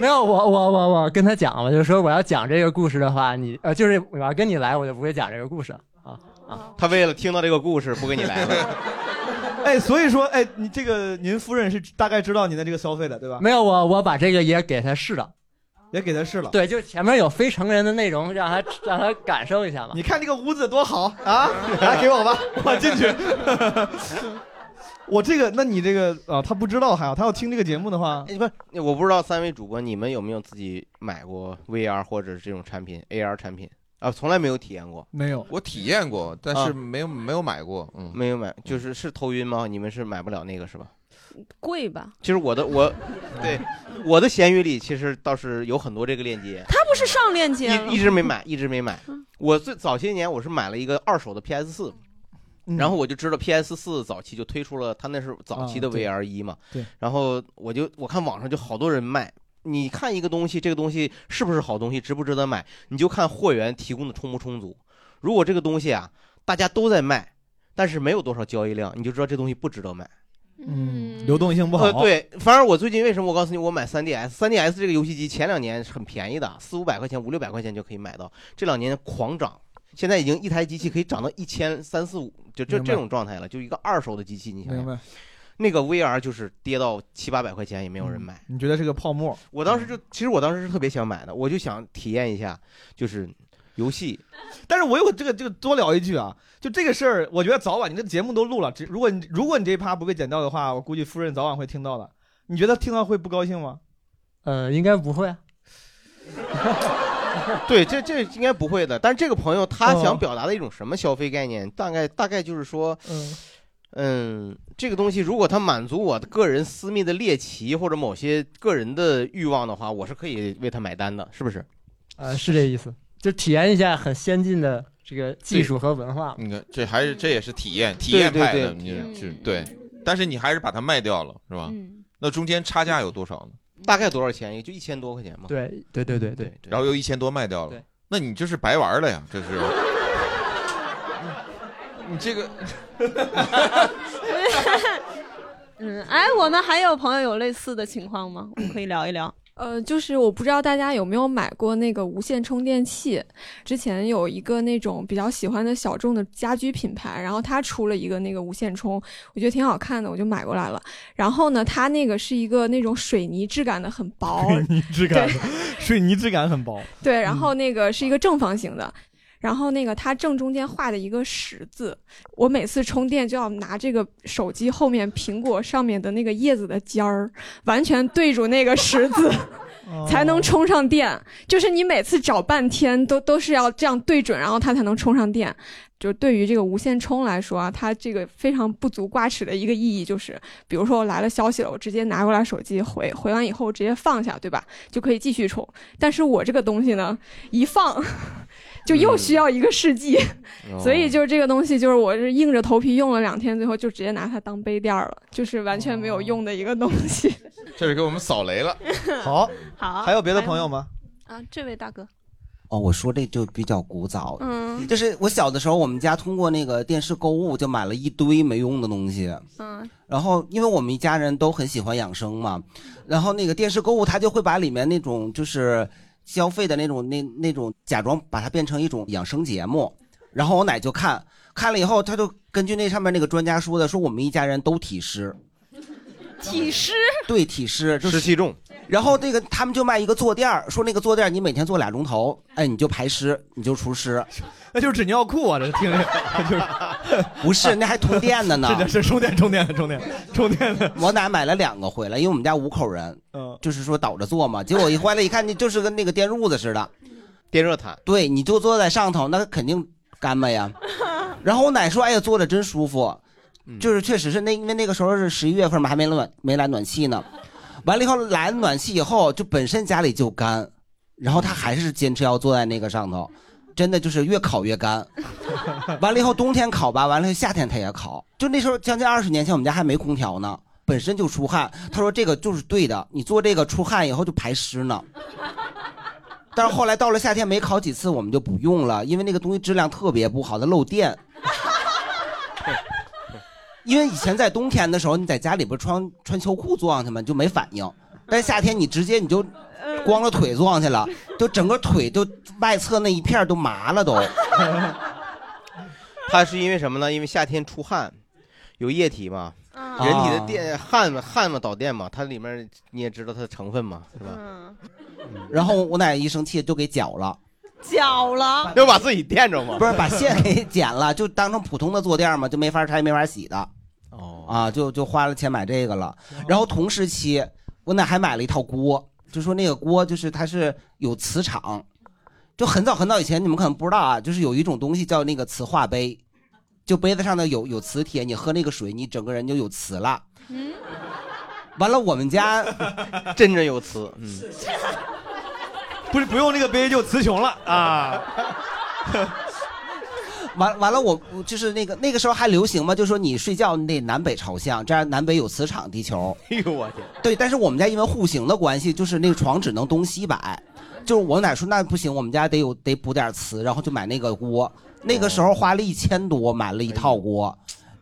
没有，我我我我跟他讲，我就说我要讲这个故事的话，你呃，就是我要跟你来，我就不会讲这个故事了啊啊。他为了听到这个故事不跟你来了。哎，所以说，哎，你这个您夫人是大概知道您的这个消费的，对吧？ 没有，我我把这个也给他试了，也给他试了。对，就前面有非成人的内容，让他让他感受一下嘛。你看这个屋子多好啊！来给我吧，我进去。我这个，那你这个啊，他不知道还好，他要听这个节目的话，哎，不是，我不知道三位主播你们有没有自己买过 VR 或者是这种产品 AR 产品啊？从来没有体验过。没有，我体验过，但啊是没有、没有买过。嗯，没有买，就是是头晕吗？你们是买不了那个是吧？贵吧？其实我的我，对我的闲鱼里其实倒是有很多这个链接，他不是上链接了一一直没买，一直没买。我最早些年我是买了一个二手的 PS 四，嗯然后我就知道 PS 四早期就推出了，它那是早期的啊对 VR 一嘛。对然后我就我看网上就好多人卖，你看一个东西，这个东西是不是好东西，值不值得买，你就看货源提供的充不充足。如果这个东西啊，大家都在卖，但是没有多少交易量，你就知道这东西不值得买。嗯，流动性不好。呃，对，反正我最近为什么我告诉你我买 3DS，3DS 这个游戏机前两年是很便宜的，四五百块钱、五六百块钱就可以买到，这两年狂涨，现在已经一台机器可以涨到一千三四五，就这明白这种状态了，就一个二手的机器，你想明想白，那个 VR 就是跌到七八百块钱也没有人买。嗯你觉得是个泡沫？嗯我当时就，其实我当时是特别想买的，我就想体验一下，就是游戏。 但是我有这个这个多聊一句啊，就这个事儿，我觉得早晚你这节目都录了，只如果你如果你这一趴不被剪掉的话，我估计夫人早晚会听到的。你觉得听到会不高兴吗？呃，应该不会啊。对，这这应该不会的。但是这个朋友他哦想表达的一种什么消费概念，大概大概就是说，嗯，这个东西如果它满足我的个人私密的猎奇或者某些个人的欲望的话，我是可以为它买单的，是不是？呃，是这意思，就体验一下很先进的这个技术和文化。你看，这还是这也是体验，体验派的，对对对嗯你是对，但是你还是把它卖掉了，是吧？那中间差价有多少呢？大概多少钱？也就一千多块钱嘛。对对对对对，然后又一千多卖掉了，那你这是白玩了呀，这是。 你这个， 嗯，哎，我们还有朋友有类似的情况吗？我们可以聊一聊。呃，就是我不知道大家有没有买过那个无线充电器。之前有一个那种比较喜欢的小众的家居品牌，然后它出了一个那个无线充，我觉得挺好看的，我就买过来了。然后呢，它那个是一个那种水泥质感的，很薄，哦 水泥质感，嗯水泥质感很薄。对，然后那个是一个正方形的，然后那个它正中间画的一个十字，我每次充电就要拿这个手机后面苹果上面的那个叶子的尖儿，完全对准那个十字。才能充上电，就是你每次找半天都都是要这样对准，然后它才能充上电。就对于这个无线充来说啊，它这个非常不足挂齿的一个意义就是，比如说我来了消息了，我直接拿过来手机回， 回完以后直接放下，对吧？就可以继续充。但是我这个东西呢，一放就又需要一个世纪，哦所以就是这个东西，就是我是硬着头皮用了两天，最后就直接拿它当杯垫儿了，就是完全没有用的一个东西。这是给我们扫雷了。 好，好，还有别的朋友吗？啊，这位大哥，哦，我说这就比较古早，嗯就是我小的时候，我们家通过那个电视购物就买了一堆没用的东西。嗯，然后，因为我们一家人都很喜欢养生嘛，然后那个电视购物，它就会把里面那种就是消费的那种那那种假装把它变成一种养生节目，然后我奶就看看了以后，她就根据那上面那个专家说的，说我们一家人都体湿，体湿，对体湿，就湿气重。然后那个他们就卖一个坐垫儿，说那个坐垫儿你每天坐俩钟头，哎，你就排湿，你就除湿。那就是纸尿裤啊，这听着 就是 不是，那还充电的呢。是的 是充电充电充电充电的。我奶买了两个回来，因为我们家五口人， 嗯，就是说倒着坐嘛。结果一回来一看，那就是跟那个电褥子似的，电热毯。对，你就坐在上头，那肯定干巴呀。然后我奶说：“哎呀，坐着真舒服。”嗯嗯 就是确实是那因为那个时候是十一月份嘛，还没暖没来暖气呢。完了以后来了暖气以后，就本身家里就干，然后她还是坚持要坐在那个上头，真的就是越烤越干。 完了以后冬天烤吧，完了以后夏天他也烤。就那时候将近二十年前，我们家还没空调呢，本身就出汗。他说这个就是对的，你做这个出汗以后就排湿呢。但是后来到了夏天没烤几次，我们就不用了，因为那个东西质量特别不好，它漏电。 因为以前在冬天的时候，你在家里边穿穿秋裤坐上去嘛，你就没反应。但夏天你直接你就光着腿坐上去了，就整个腿就外侧那一片都麻了都。它是因为什么呢？因为夏天出汗，有液体嘛，人体啊的电汗嘛汗嘛导电嘛，它里面你也知道它的成分嘛，是吧？嗯然后我奶一生气就给绞了，绞 了，要把自己电着吗？不是把线给剪了，就当成普通的坐垫嘛，就没法拆没法洗的。哦啊，就就花了钱买这个了。然后同时期，我奶还买了一套锅，就说那个锅就是它是有磁场，就很早很早以前你们可能不知道啊，就是有一种东西叫那个磁化杯，就杯子上头有有磁铁，你喝那个水，你整个人就有磁了。嗯，完了，我们家 真真有磁，嗯，不是不用那个杯就词穷了啊。 完完了我，我就是那个那个时候还流行嘛，就说你睡觉你得南北朝向，这样南北有磁场，地球。哎呦我天！对，但是我们家因为户型的关系，就是那个床只能东西摆，就是我奶说那不行，我们家得有得补点瓷，然后就买那个锅，那个时候花了一千多买了一套哦锅，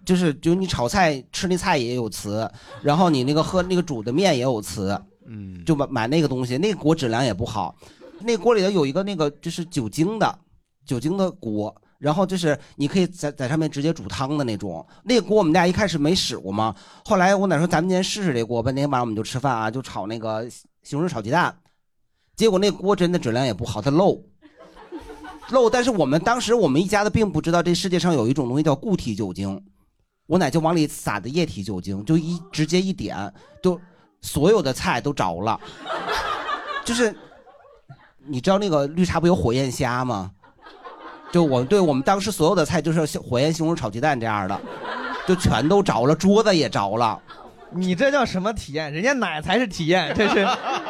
就是就你炒菜吃那菜也有瓷，然后你那个喝那个煮的面也有瓷，嗯，就买买那个东西，那个锅质量也不好，那锅里头有一个那个就是酒精的酒精的锅。然后就是你可以在在上面直接煮汤的那种，那个锅我们家一开始没使过嘛，后来我奶说咱们今天试试这锅吧，那天晚上我们就吃饭啊，就炒那个西红柿炒鸡蛋，结果那锅真的质量也不好，它漏，漏。但是我们当时我们一家子并不知道这世界上有一种东西叫固体酒精，我奶就往里撒的液体酒精，就一直接一点，就所有的菜都着了。就是你知道那个绿茶不有火焰虾吗？就我对我们当时所有的菜就是像火焰西红柿炒鸡蛋这样的，就全都着了，桌子也着了。你这叫什么体验？人家奶才是体验，这是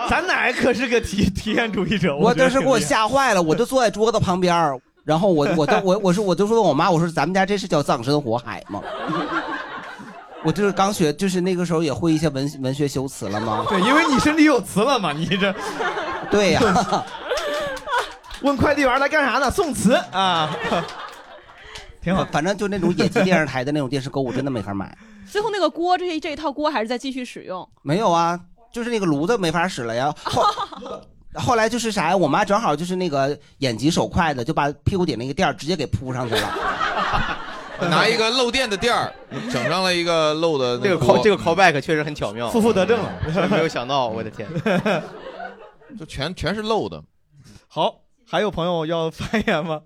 咱奶可是个体体验主义者。我真当时给我吓坏了，我就坐在桌子旁边儿，然后我我都我我说我就说我妈，我说咱们家这是叫葬身火海吗？ 我就是刚学，就是那个时候也会一些文文学修辞了吗？ 对，因为你身体有词了嘛，你这对呀、 问快递员来干啥呢？送词 啊，挺好。反正就那种野鸡电视台的那种电视购物，真的没法买。 最后那个锅，这一这一套锅还是在继续使用。没有啊，就是那个炉子没法使了呀。后 后来就是啥呀？我妈正好就是那个眼疾手快的，就把屁股底那个垫儿直接给铺上去了。拿一个漏电的垫儿，整上了一个漏的这个 call 这个 callback 确实很巧妙，负负得正了了，没有想到，我的天， 就全全是漏的。好，还有朋友要发言 吗？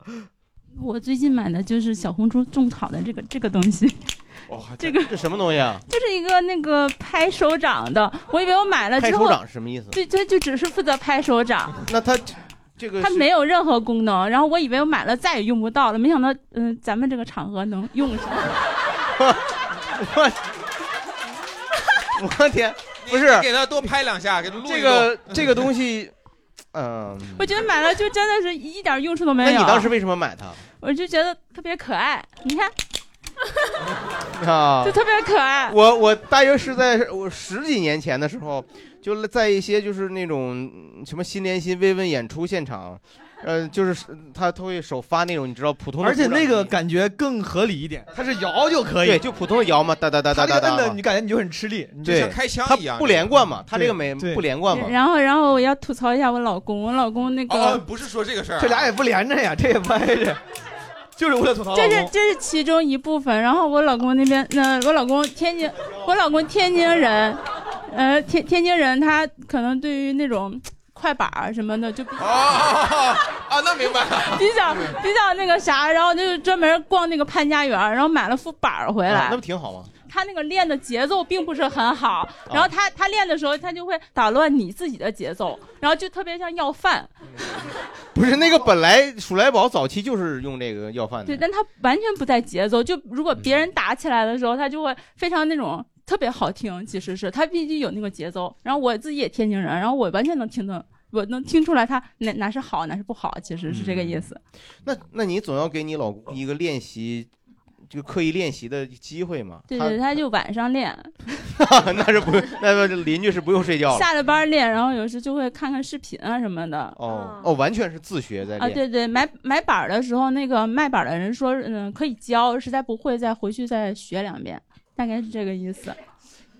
我最近买的就是小红书种草的这个这个东西，这个这什么东西啊？就是一个那个拍手掌的。我以为我买了拍之后手，掌是什么意思？对，它就只是负责拍手掌。那它这个它是没有任何功能。然后我以为我买了再也用不到了，没想到嗯、咱们这个场合能用 上。我天，不是给他多拍两下，给他录一这录个这个东西，嗯，我觉得买了就真的是一点用处都没那有。你当时为什么买它我就觉得特别可爱，你看，啊？就特别可啊爱。我我大约是在我十几年前的时候，就在一些就是那种嗯什么新连心慰问演出现场，呃，就是他都会首发那种你知道普通的而鼓掌且声，那个感觉更合理一点，它是摇就可以，对，就普通的摇嘛，哒啊哒哒它哒这哒个摁的哒你。感觉你就很吃力，你就对像开枪一样，它不连贯嘛它这个对没对不连贯嘛然后，然后我要吐槽一下我老公，我老公那哦个、哦不是说这个事儿啊，这俩也不连着呀，这也不挨着， 就是为了吐槽老这是公。这是其中一部分。然后我老公那边，那、我老公天津，我老公天津人，呃，天天津人他可能对于那种快板儿什么的就比较、啊，那明白了。比较比较那个啥，然后就是专门逛那个潘家园，然后买了副板儿回来。啊那不挺啊好吗？他那个练的节奏并不是很好，然后他他练的时候，他就会打乱你自己的节奏，然后就特别像要饭。不是那个本来鼠来宝早期就是用这个要饭对，的，但他完全不带节奏。就如果别人打起来的时候，他就会非常那种特别好听，其实是他必须有那个节奏。然后我自己也天津人，然后我完全能听懂，我能听出来他哪哪是好，哪是不好，其实是这个意思。那那你总要给你老公一个练习，就刻意练习的机会嘛。对对，他就晚上练，他那是不，那不邻居是不用睡觉了。下了班练，然后有时就会看看视频啊什么的。哦哦，完全是自学在啊，练。对对，买买板儿的时候，那个卖板儿的人说，嗯，可以教，实在不会再回去再学两遍，大概是这个意思。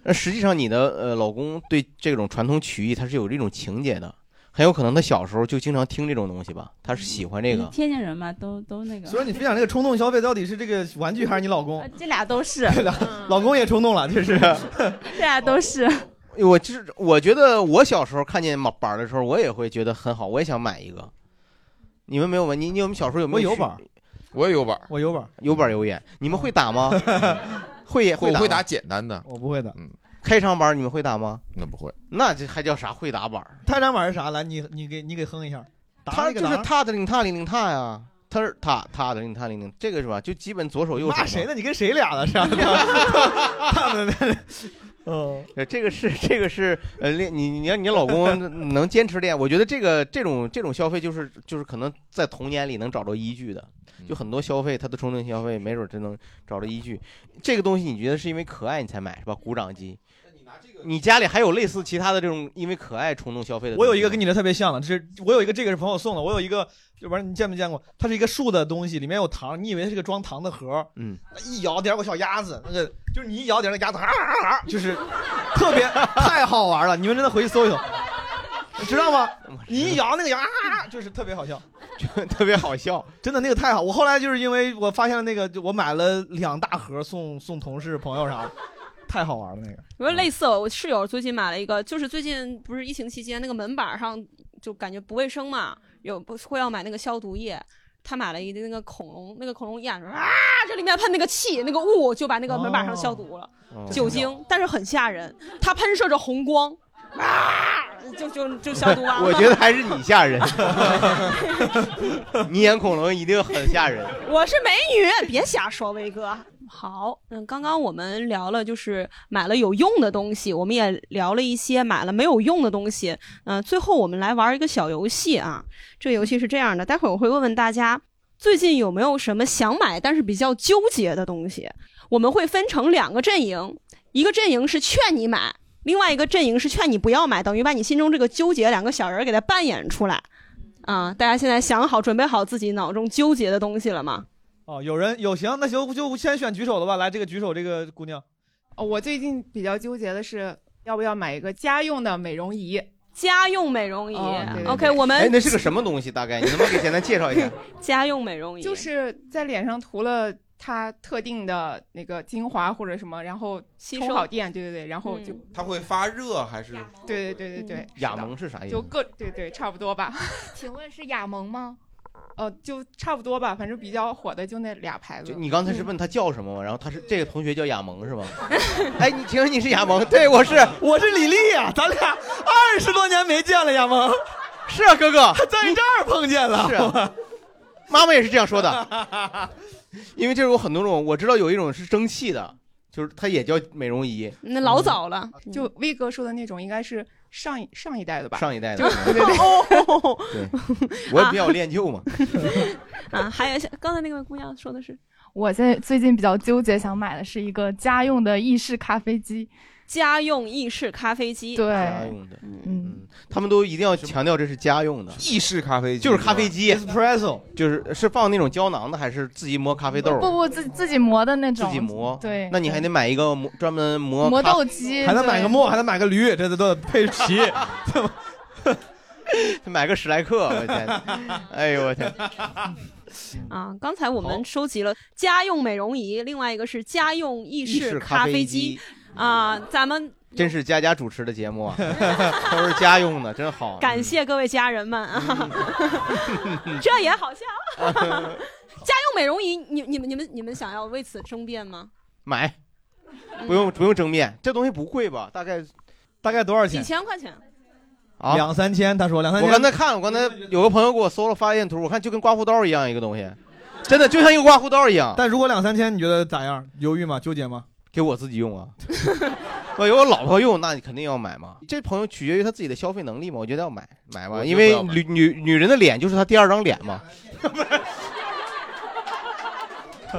那实际上你的呃老公对这种传统曲艺他是有这种情节的，很有可能他小时候就经常听这种东西吧，他是喜欢这个。天津人嘛，都都那个，所以你分享这个冲动消费到底是这个玩具还是你老公？这俩都是，老公也冲动了，这是。 这俩都是。哎我就是我觉得我小时候看见板儿的时候，我也会觉得很好，我也想买一个。你们没有吗？你你们小时候有没有？我有板儿，我也有板，我有板，有板有眼。你们会打吗？ 会我会打打简单的，我不会打。嗯，开场板你们会打吗？那不会。那这还叫啥会打板儿？泰山板是啥？来，你你给你给哼一下。打他一个就打是踏的铃踏铃铃踏呀，他是踏踏的铃踏铃铃，这个是吧？就基本左手右手嘛。骂谁呢？你跟谁俩了？是吧？ 哦，呃，这个是这个是呃，练你你让你老公能 坚持练，我觉得这个这种这种消费就是就是可能在童年里能找着依据的，嗯就很多消费他的冲动消费，没准真能找着依据。这个东西你觉得是因为可爱你才买是吧？鼓掌机，你家里还有类似其他的这种因为可爱冲动消费的？我有一个跟你的特别像了，这是我有一个这个是朋友送的，我有一个，这玩意儿你见没见过？它是一个树的东西，里面有糖，你以为是个装糖的盒，嗯，一摇点儿有个小鸭子，那个就是你一摇点儿那鸭子啊啊啊，就是特别 太好玩了，你们真的回去搜一搜，你知 道吗？你一摇那个鸭啊啊，啊就是特别好笑，特别好笑，真的那个太好。我后来就是因为我发现了那个，就我买了两大盒送送同事朋友啥的，太好玩了那个。我嗯说类似我，我室友最近买了一个，就是最近不是疫情期间那个门板上就感觉不卫生嘛，有不会要买那个消毒液。他买了一个那个恐龙，那个恐龙眼啊，这里面喷那个气，那个雾就把那个门板上消毒了，哦酒精，但是很吓人，它喷射着红光，啊，就就就消 毒完了。我觉得 还是你吓人， 你演恐龙一定很吓人。我是美女，别瞎说，威哥。好，嗯，刚刚我们聊了就是买了有用的东西，我们也聊了一些买了没有用的东西。嗯、最后我们来玩一个小游戏啊，这个游戏是这样的，待会儿我会问问大家最近有没有什么想买但是比较纠结的东西。我们会分成两个阵营，一个阵营是劝你买，另外一个阵营是劝你不要买，等于把你心中这个纠结两个小人儿给它扮演出来。啊，大家现在想好、准备好自己脑中纠结的东西了吗？哦，有人有行，那行就先选举手的吧。来，这个举手，这个姑娘，哦，我最近比较纠结的是，要不要买一个家用的美容仪？家用美容仪哦、对对 OK，我们哎，那是个什么东西？大概你能不能给简单介 绍一下？家用美容仪就是在脸上涂了它特定的那个精华或者什么，然后充收好电，对对对，然后就、嗯它会发热还是？对对对对对，嗯亚萌是啥意思就？各对对差不多吧。请问是雅 萌吗？呃，就差不多吧，反正比较火的就那俩牌子。就你刚才是问他叫什么吗？然后他是这个同学叫亚萌是 吗？哎，你请问你是亚萌？对，我是我是李丽呀、咱俩二十多年没见了，亚萌。 是啊，哥哥， 在这儿碰见了。是 啊妈 妈也是这样说的，因为这有很多种，我知道有一种是蒸汽的，就是它也叫美容仪，嗯那老早了，就威哥说的那种，应该是上一上一代的吧？上一代 的就对对 哦哦对，我也比较恋 旧嘛。啊，还有刚才那个姑娘说的是我在最近比较纠结，想买的是一个家用的意式咖啡机。家用意式咖啡机，对家用的，嗯，他们都一定要强调这是家用的意式咖啡机，就是咖啡机，espresso，就是是放那种胶囊的，还是自己磨咖啡豆？不不，自自己磨的那自种，己磨，对，那你还得买一个磨专门磨磨咖豆机还得买对个墨，还得买个驴，这都都得配齐。 买个史莱克，我天，哎呦我天，啊，刚才我们收集了家用美容仪，另外一个是家用意意式式咖咖啡啡机机嗯啊，咱们真是佳佳主持的节目啊，都是家用的，真好。啊感谢各位家人们嗯 啊，这 也好笑。家用美容仪，你你们你们你们想要为此争辩吗？ 买，嗯不用不用争辩，这东西不贵吧？大概大概多少几？千块钱，啊，两三千，他说两三千。我刚才看，我刚才有个朋友给我搜了发现图，我看就跟刮胡刀一样一个东西，真的就像一个刮胡刀一样。但如果两三千，你觉得咋样？犹豫吗？纠结吗？给我自己用啊，我有我老婆用，那你肯定要买嘛。这朋友取决于他自己的消费能力嘛，我觉得要买买我吧，觉得因为不要买女女女人的脸就是她第二张脸嘛。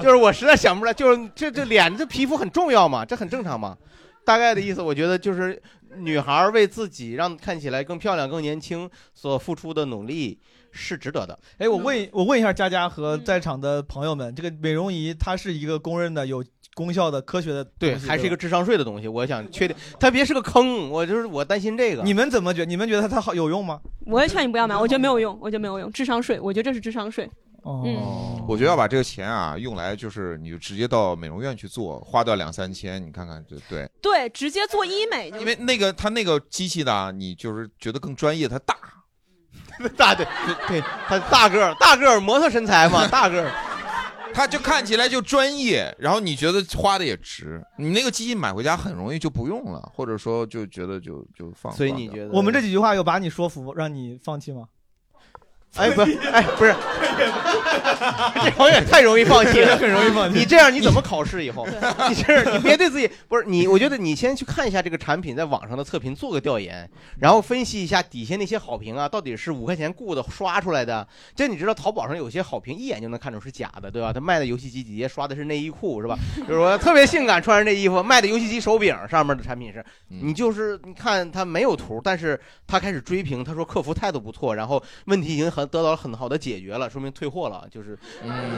就是我实在想不出来，就是这这脸这皮肤很重要嘛，这很正常嘛。大概的意思，我觉得就是女孩为自己让看起来更漂亮、更年轻所付出的努力是值得的。哎，我问我问一下佳佳和在场的朋友们，这个美容仪它是一个公认的有功效的科学的东西，对，还是一个吧智商税的东西。我想确定，它别是个坑， 我就是我担心这个。你们怎么觉？你们觉得它它好有用吗？我也劝你不要买，我觉得没有用，我觉得没有用，智商税，我觉得这是智商税。哦嗯，我觉得要把这个钱啊用来就是你就直接到美容院去做，花掉两三千，你看看对对。对，直接做医美就因为那个它那个机器的啊，你就是觉得更专业，它大， 大对对，它大个儿大个儿模特身材嘛，大个儿。它就看起来就专业，然后你觉得花的也值。你那个机器买回家很容易就不用了，或者说就觉得就就放。所以放你掉觉得我们这几句话有把你说服，让你放弃吗？哎不是哎不是， 这好像也太容易放 弃了，很容易放弃。你这样你怎么考试以后？ 你这样你别对自己不是你，我觉得你先去看一下这个产品在网上的测评，做个调研，然后分析一下底下那些好评啊，到底是五块钱雇的刷出来的。这你知道淘宝上有些好评一眼就能看出是假的，对吧？他卖的游戏机底下刷的是内衣裤是吧？ 就是说特别性感穿着这衣服，卖的游戏机手柄上面的产品是，你就是你看他没有图，但是他开始追评，他说客服态度不错，然后问题已经很得到了很好的解决了，说明退货了，就是，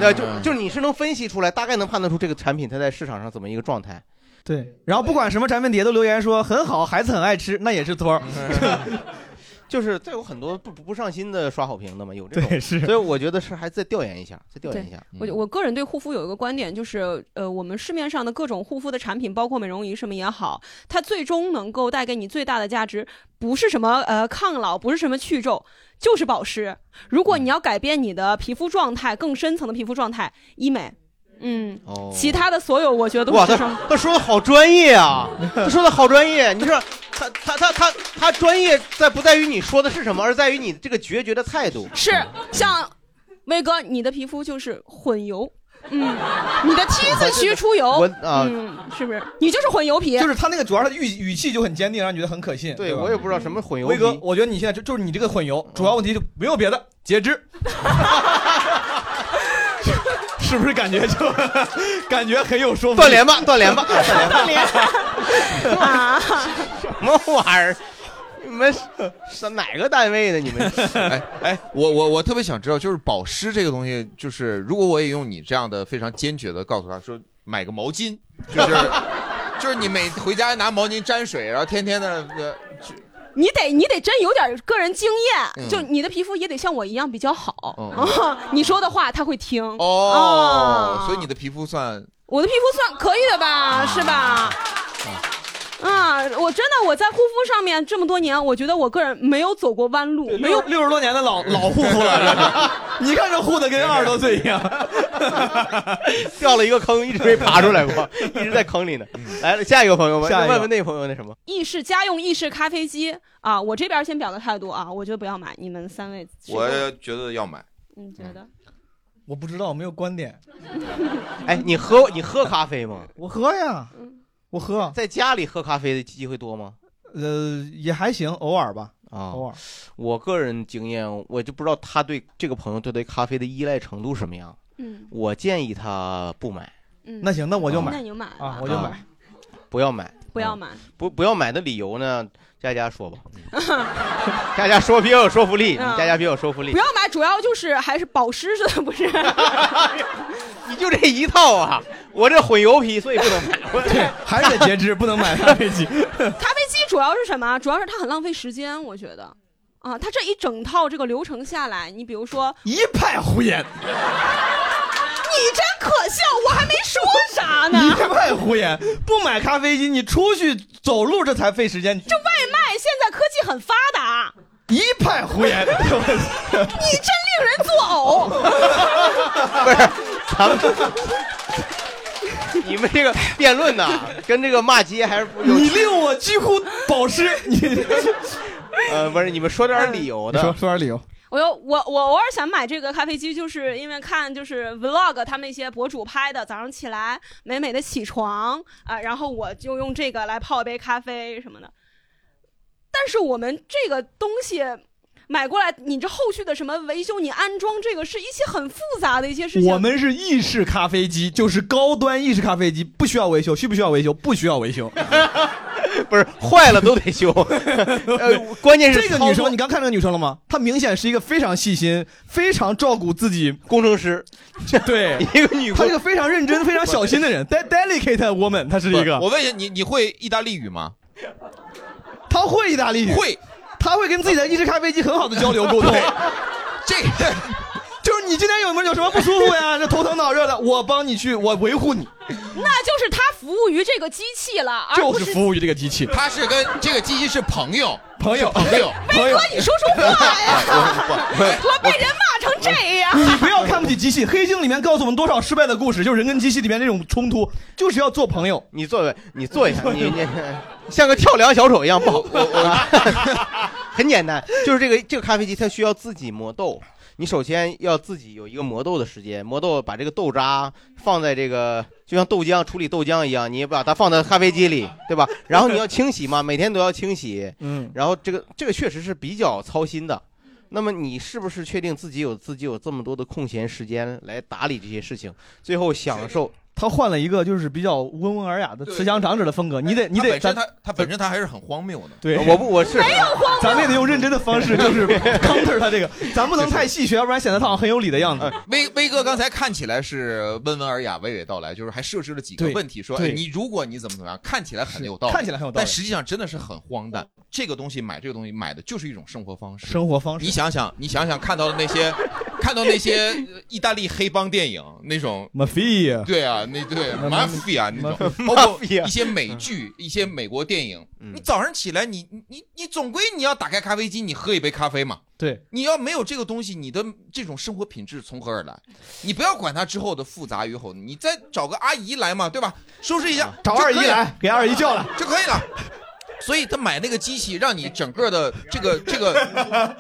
呃，就就是你是能分析出来，大概能判断出这个产品它在市场上怎么一个状态。对，然后不管什么产品底下都留言说很好，孩子很爱吃，那也是托儿。 就是这有很多不不不上心的刷好评的嘛，有这种，对是所以我觉得是还再调研一下，再调研一下。嗯我我个人对护肤有一个观点，就是呃，我们市面上的各种护肤的产品，包括美容仪什么也好，它最终能够带给你最大的价值，不是什么呃抗老，不是什么去皱，就是保湿。如果嗯你要改变你的皮肤状态，更深层的皮肤状态，医美，嗯，哦其他的所有我觉得都哇，是智他商。他说的好专业啊，他说的好专业。你说他他他他他专业在不在于你说的是什么，而在于你这个决绝的态度。是像威哥，你的皮肤就是混油。嗯， 你的梯子须出油，我啊嗯，是不是？ 你就是混油皮，就是他那个主要是语语气就很坚定，让你觉得很可信。对我也不知道什么混油嗯威哥，我觉得你现在就就是你这个混油，主要问题就没有别的，截肢。是不是感觉就 感觉很有说服力？断联吧，断联 吧，断联。啊，什么玩意儿？你们是是哪个单位的？你 们哎哎，我我我特别想知道，就是保湿这个东西，就是如果我也用你这样的非常坚决的告诉他说，买个毛巾，就是 就是你每回家拿毛巾沾水，然后天天的呃，你得你得真有点个人经验，嗯就你的皮肤也得像我一样比较好嗯 啊。你说的话他会听哦，啊所以你的皮肤算我的皮肤算可以的吧，是吧？啊，我真的我在护肤上面这么多年，我觉得我个人没有走过弯路，没有六六十多年的老老护肤了， 你看这护的跟二十多岁一样。 掉了一个坑，一直没爬出来过， 一直在坑里呢。来了，下一个朋友吧，嗯下一个问问那朋友那什么？意式家用意式咖啡机啊。我这边先表个态度啊，我觉得不要买，你们三位谁我都觉得要买。你觉得？我不知道，没有观点。哎，你喝你喝咖啡吗？我喝呀，我喝，在家里喝咖啡的机会多吗？呃，也还行，偶尔吧，啊，偶尔。我个人经验，我就不知道他对这个朋友对对咖啡的依赖程度什么样。嗯，我建议他不买。嗯那行那我就那你就买吧啊，我就买。啊不要买，不要买。不不要买的理由呢？佳佳说吧，嗯 佳佳说比较有说服力，你嗯佳佳比较有说服力。不要买，主要就是还是保湿是不是？ 你就这一套啊！我这混油皮，所以不能 买。对，还得截肢，不能买咖啡机。咖啡机主要是什么？主要是它很浪费时间，我觉得。啊，它这一整套这个流程下来，你比如说，一派胡言， 你真可笑，我还没说啥呢。一派胡言，不买咖啡机，你出去走路这才费时间。这外卖现在科技很发达，一派胡言， 你真令人作呕。不是，咱们 你们这个辩论呐，跟这个骂街还是不有。你令我几乎保湿。你 呃，不是，你们说点理由的，说说点理由。我有我我偶尔想买这个咖啡机，就是因为看就是 vlog 他们一些博主拍的，早上起来美美的起床啊、然后我就用这个来泡一杯咖啡什么的。但是我们这个东西买过来，你这后续的什么维修、你安装这个是一些很复杂的一些事情。我们是意式咖啡机，就是高端意式咖啡机，不需要维修，需不需要 维修？不需要维修。不是坏了都得 修，呃，关键是这个操女作生，你刚看这个女生了吗？她明显是一个非常细心、非常照顾自己工程师， 对，一个女，她是个非常认真、非常小心的人 ，de delicate woman，她是一个。我问一下，你你会意大利语吗？她会意大利语，会，她会跟自己的意式咖啡机很好的交流沟 通。这个就是你今天有没有有什么不舒服呀？这头疼脑热的，我帮你去，我维护你，那就是它服务于这个机器了，而就不是服务于这个机器。他是跟这个机器是朋友，朋友，朋友，哎威哎哥，你说说话呀！我被人骂成这样。你不要看不起机器，《黑镜》里面告诉我们多少失败的故事，就是人跟机器里面这种冲突，就是要做朋友。你坐位，你坐一下，你 你像个跳梁小丑一样不好。我我 很简单，就是这个这个咖啡机它需要自己磨豆，你首先要自己有一个磨豆的时间，磨豆把这个豆渣放在这个就像豆浆处理豆浆一样，你把它放到咖啡机里，对吧？然后你要清洗嘛，每天都要清洗，嗯，然后这个这个确实是比较操心的。那么你是不是确定自己有自己有这么多的空闲时间来打理这些事情，最后享受？他换了一个就是比较温文尔雅的慈祥长者的风格，你得你得咱他他本身他还是很荒谬的。对，我不我是没有荒谬咱们也得用认真的方式，就是 counter 他这个，咱不能太戏谑，要不然显得他好像很有理的嗯样子。威威哥刚才看起来是温文尔雅、娓娓道来，就是还设置了几个对问题，说对哎你如果你怎么怎么样，看起来很有道理，看起来很有道理但实际上真的是很荒诞。这个东西买这个东西买的就是一种生活方式，生活方式你想想，你想想看到的那些，看到那些呃意大利黑帮电影那种。马菲，对啊，那对嗯马菲亚那种，嗯包括 Mafia 嗯一些美剧、一些美国电影，你早上起来，你你你你总归你要打开咖啡机，你喝一杯咖啡嘛。对，你要没有这个东西，你的这种生活品质从何而来？你不要管它之后的复杂与否，你再找个阿姨来嘛，对吧？收拾一下，啊找就可以啊二姨来给二姨叫来就可以了。所以他买那个机器，让你嗯整个的这个这个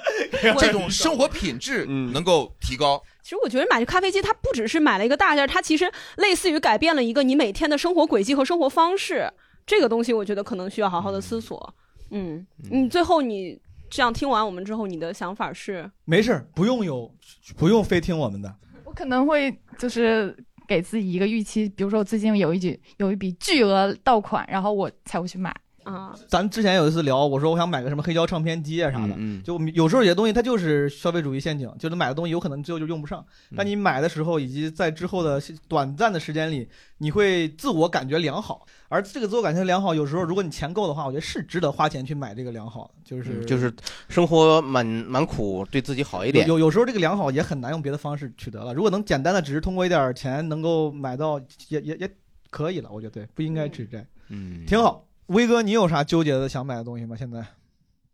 这种生活品质能够提高。其实我觉得买这咖啡机，它不只是买了一个大件儿，它其实类似于改变了一个你每天的生活轨迹和生活方式。这个东西，我觉得可能需要好好的思索。嗯，你最后你这样听完我们之后，你的想法是？没事儿，不用有，不用非听我们的。我可能会就是给自己一个预期，比如说我最近有一笔有一笔巨额到款，然后我才会去买。啊，咱们之前有一次聊，我说我想买个什么黑胶唱片机啊啥的，嗯就有时候有些东西它就是消费主义陷阱，就是买的东西有可能最后就用不上。嗯但你买的时候以及在之后的短暂的时间里，你会自我感觉良好，而这个自我感觉良好，有时候如果你钱够的话，我觉得是值得花钱去买这个良好的，就是、嗯就是生活蛮蛮苦，对自己好一点。有有有时候这个良好也很难用别的方式取得了。如果能简单的只是通过一点钱能够买到，也也也可以了。我觉得对，不应该只这，嗯，挺好。威哥，你有啥纠结的想买的东西吗？现在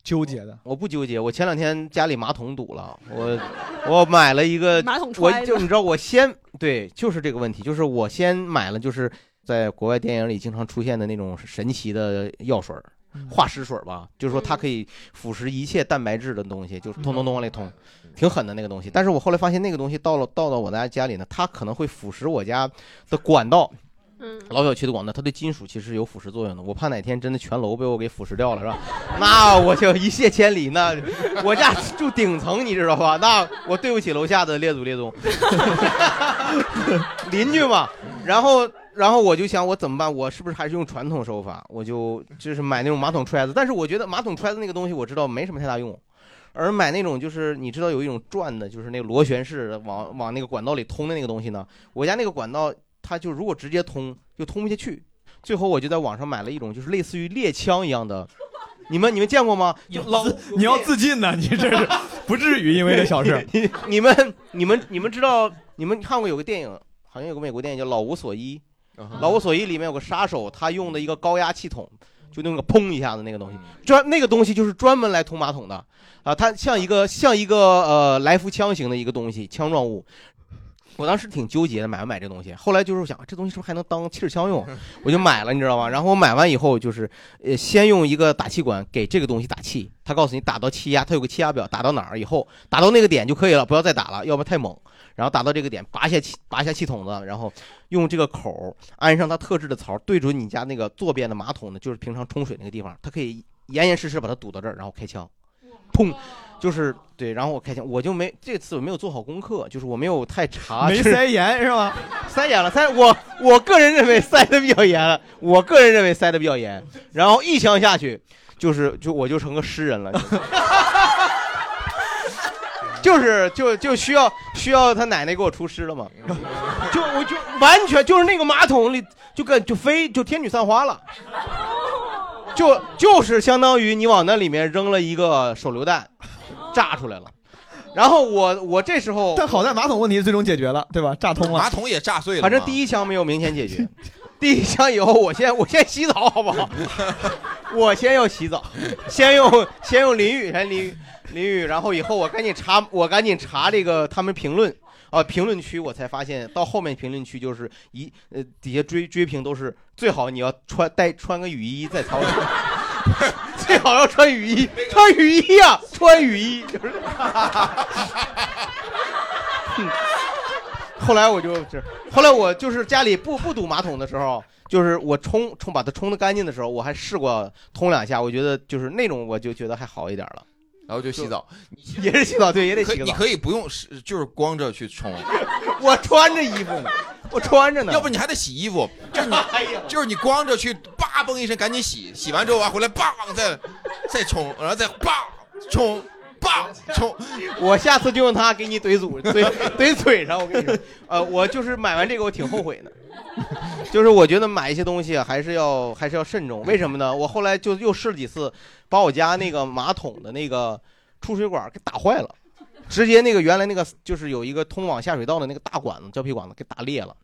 纠结的，我不纠结，我前两天家里马桶堵了，我我买了一个马桶揣我着就你知道，我先对，就是这个问题，就是我先买了，就是在国外电影里经常出现的那种神奇的药水儿嗯化石水儿吧，就是说它可以腐蚀一切蛋白质的东西，就是嗯通通通往里通，挺狠的那个东西。但是我后来发现那个东西到了到到我家家里呢，它可能会腐蚀我家的管道，老小区的广道，它对金属其实是有腐蚀作用的。我怕哪天真的全楼被我给腐蚀掉了，是吧？那我就一泻千里。那我家住顶层，你知道吧？那我对不起楼下的列祖列宗， 邻居嘛。然后，然后我就想，我怎么办？我是不是还是用传统手法？我就就是买那种马桶揣子。但是我觉得马桶揣子那个东西，我知道没什么太大用。而买那种就是你知道有一种转的，就是那个螺旋式的往往那个管道里通的那个东西呢，我家那个管道它就如果直接通就通不下去。最后我就在网上买了一种就是类似于猎枪一样的，你们你们见过吗？就老你要自尽呢，你这是不至于因为这小事。你你们你们你们知道你们看过有个电影，好像有个美国电影叫《老无所依》，《老无所依》里面有个杀手，他用的一个高压气筒，就那个砰一下子那个东西，专那个东西就是专门来通马桶的啊，它像一个像一个呃来福枪型的一个东西，枪状物。我当时挺纠结的，买不买这东西。后来就是想，啊这东西是不是还能当气儿枪用？啊我就买了，你知道吗？然后我买完以后，就是呃，先用一个打气管给这个东西打气，它告诉你打到气压，它有个气压表，打到哪儿以后，打到那个点就可以了，不要再打了，要不然太猛。然后打到这个点，拔下气，拔下气筒子，然后用这个口儿安上它特制的槽，对准你家那个坐便的马桶呢，就是平常冲水那个地方，它可以严严实实把它堵到这儿，然后开枪。砰，就是对，然后我开枪，我就没这次我没有做好功课，就是我没有太查，没就是塞严是吗？塞严了，塞我我个人认为塞的比较严了，我个人认为塞的比较严，然后一枪下去，就是就我就成个诗人了。就是就就需要需要他奶奶给我出诗了嘛，就我就完全就是那个马桶里就跟就飞就天女散花了，就就是相当于你往那里面扔了一个手榴弹，炸出来了。然后我我这时候，但好在马桶问题最终解决了，对吧？炸通了，马桶也炸碎反正第一枪没有明显解决，第一枪以后我先我先洗澡好不好？我先要洗澡，先用先用淋浴，先淋浴淋浴，然后以后我赶紧查我赶紧查这个他们评论。啊，评论区我才发现，到后面评论区就是一呃底下追追评都是最好你要穿带穿个雨衣在操场， 最好要穿雨衣，穿雨衣呀、穿雨衣就是。 嗯后来我就就是，后来我就是家里不不堵马桶的时候，就是我冲冲把它冲的干净的时候，我还试过通两下，我觉得就是那种我就觉得还好一点了。然后就洗澡， 也是洗澡，对，也得洗可个澡。你可以不用是，就是光着去冲。 我穿着衣服呢，我穿着呢。哎要不你还得洗衣服，就是 你，就是你光着去，叭嘣一声赶紧洗，洗完之后完回来，叭再再冲，然后再叭冲，叭冲。我下次就用它给你怼组怼怼嘴上。我跟你说，呃，我就是买完这个我挺后悔的， 就是我觉得买一些东西啊还是要还是要慎重。为什么呢？我后来就又试了几次，把我家那个马桶的那个出水管给打坏了，直接那个原来那个就是有一个通往下水道的那个大管子胶皮管子给打裂了。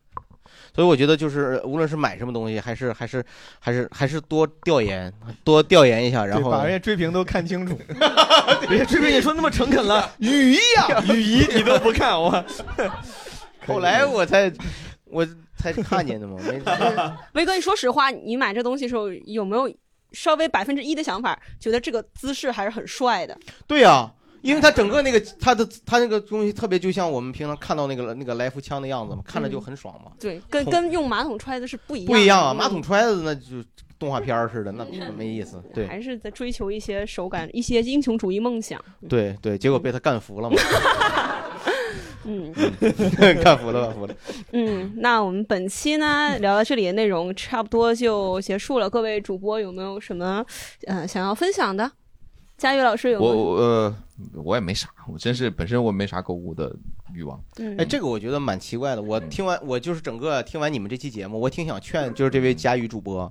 所以我觉得就是无论是买什么东西，还是还是还是还是多调研，多调研一下， 然后对把人家追评都看 清楚，人家追评也说那么诚恳了，雨衣啊 呀，雨衣你都不看我。 后来我才我才看见的 嘛，没威哥，你说实话，你买这东西的时候有没有稍微百分之一的想法，觉得这个姿势还是很帅的？对呀、啊因为它整个那个它的它那个东西特别就像我们平常看到那个那个来福枪的样子嘛，看着就很爽嘛。嗯对，跟桶跟用马桶揣子是不一样的，不一样啊，嗯马桶揣子那就动画片儿似的，那没意思。对还是在追求一些手感，一些英雄主义梦想。对对，结果被他干 服了嘛，嗯干服了干服了。嗯，那我们本期呢聊到这里，内容差不多就结束了。各位主播有没有什么呃想要分享的？佳宇老师有 我吗？我呃，我也没啥，我真是本身我没啥购物的欲望。嗯嗯哎，这个我觉得蛮奇怪的。我听完，我就是整个听完你们这期节目，我挺想劝，就是这位佳宇主播，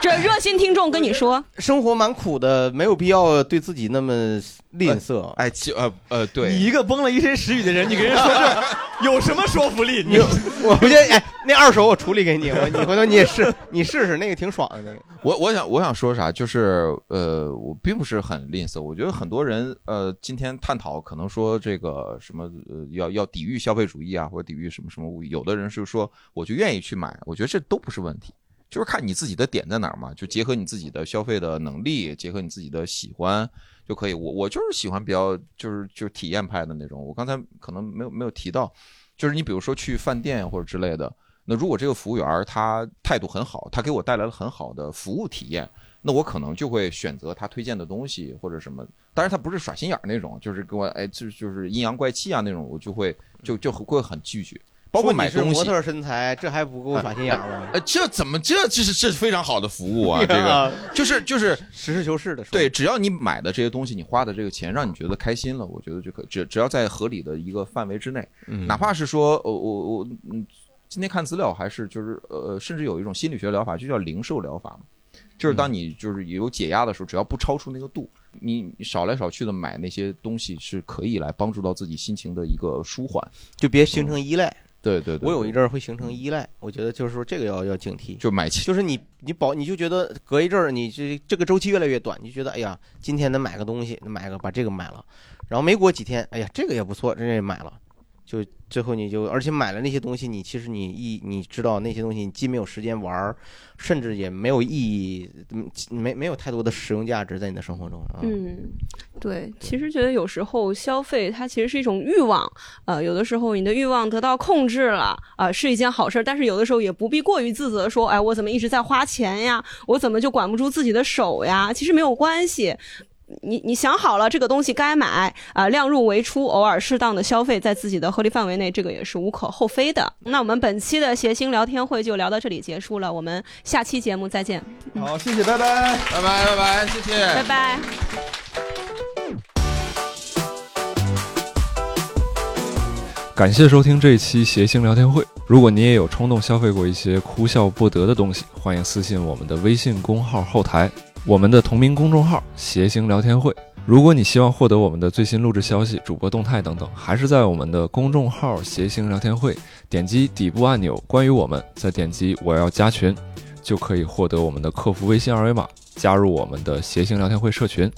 这热心听众跟你说，生活蛮苦的，没有必要对自己那么吝啬。哎，其呃呃，对你一个崩了一身食语的人，你跟人说 这有什么说服力？你我不觉得，哎，那二手我处理给你，我你回头你也试，你试试，那个挺爽的那个。我我想我想说啥，就是呃，我并不是很吝啬。我觉得很多人呃，今天探讨可能说这个什么呃，要要抵御消费主义啊，或者抵御什么什么物欲。有的人是说我就愿意去买，我觉得这都不是问题，就是看你自己的点在哪儿嘛，就结合你自己的消费的能力，结合你自己的喜欢就可以。我我就是喜欢比较就是就是体验派的那种。我刚才可能没有没有提到，就是你比如说去饭店或者之类的，那如果这个服务员儿他态度很好，他给我带来了很好的服务体验，那我可能就会选择他推荐的东西或者什么。当然，他不是耍心眼儿那种，就是给我哎，就就是阴阳怪气啊那种，我就会就就会很拒绝。包括说买你是东西，模特身材，这还不够耍心眼儿吗？呃，这怎么这这是这是非常好的服务啊！这啊个就是就是实事求是的。对，只要你买的这些东西，你花的这个钱让你觉得开心了，我觉得就可只只要在合理的一个范围之内，嗯哪怕是说呃我我嗯，今天看资料还是就是呃，甚至有一种心理学疗法，就叫零售疗法嘛，就是嗯当你就是有解压的时候，只要不超出那个度，你少来少去的买那些东西是可以来帮助到自己心情的一个舒缓，就别形成依赖。对对对，我有一阵儿会形成依赖，我觉得就是说这个要要警惕，就买起，就是你你保你就觉得隔一阵儿，你这这个周期越来越短，你就觉得哎呀，今天能买个东西，能买个把这个买了，然后没过几天，哎呀，这个也不错，这也买了，就最后你就而且买了那些东西，你其实你一你知道那些东西，你既没有时间玩儿，甚至也没有意义，嗯没没有太多的使用价值在你的生活中啊。嗯，对，其实觉得有时候消费它其实是一种欲望，呃，有的时候你的欲望得到控制了，啊、是一件好事儿，但是有的时候也不必过于自责，说，哎，我怎么一直在花钱呀？我怎么就管不住自己的手呀？其实没有关系。你你想好了这个东西该买啊、量入为出，偶尔适当的消费，在自己的合理范围内，这个也是无可厚非的。那我们本期的谐星聊天会就聊到这里结束了，我们下期节目再见。好，谢谢，拜拜，拜拜拜拜，谢谢，拜拜。感谢收听这一期谐星聊天会。如果你也有冲动消费过一些哭笑不得的东西，欢迎私信我们的微信公号后台，我们的同名公众号“谐星聊天会”。如果你希望获得我们的最新录制消息、主播动态等等，还是在我们的公众号“谐星聊天会”点击底部按钮“关于我们”，再点击“我要加群”，就可以获得我们的客服微信二维码，加入我们的谐星聊天会社群。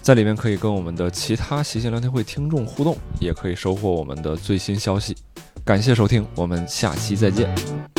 在里面可以跟我们的其他谐星聊天会听众互动，也可以收获我们的最新消息。感谢收听，我们下期再见。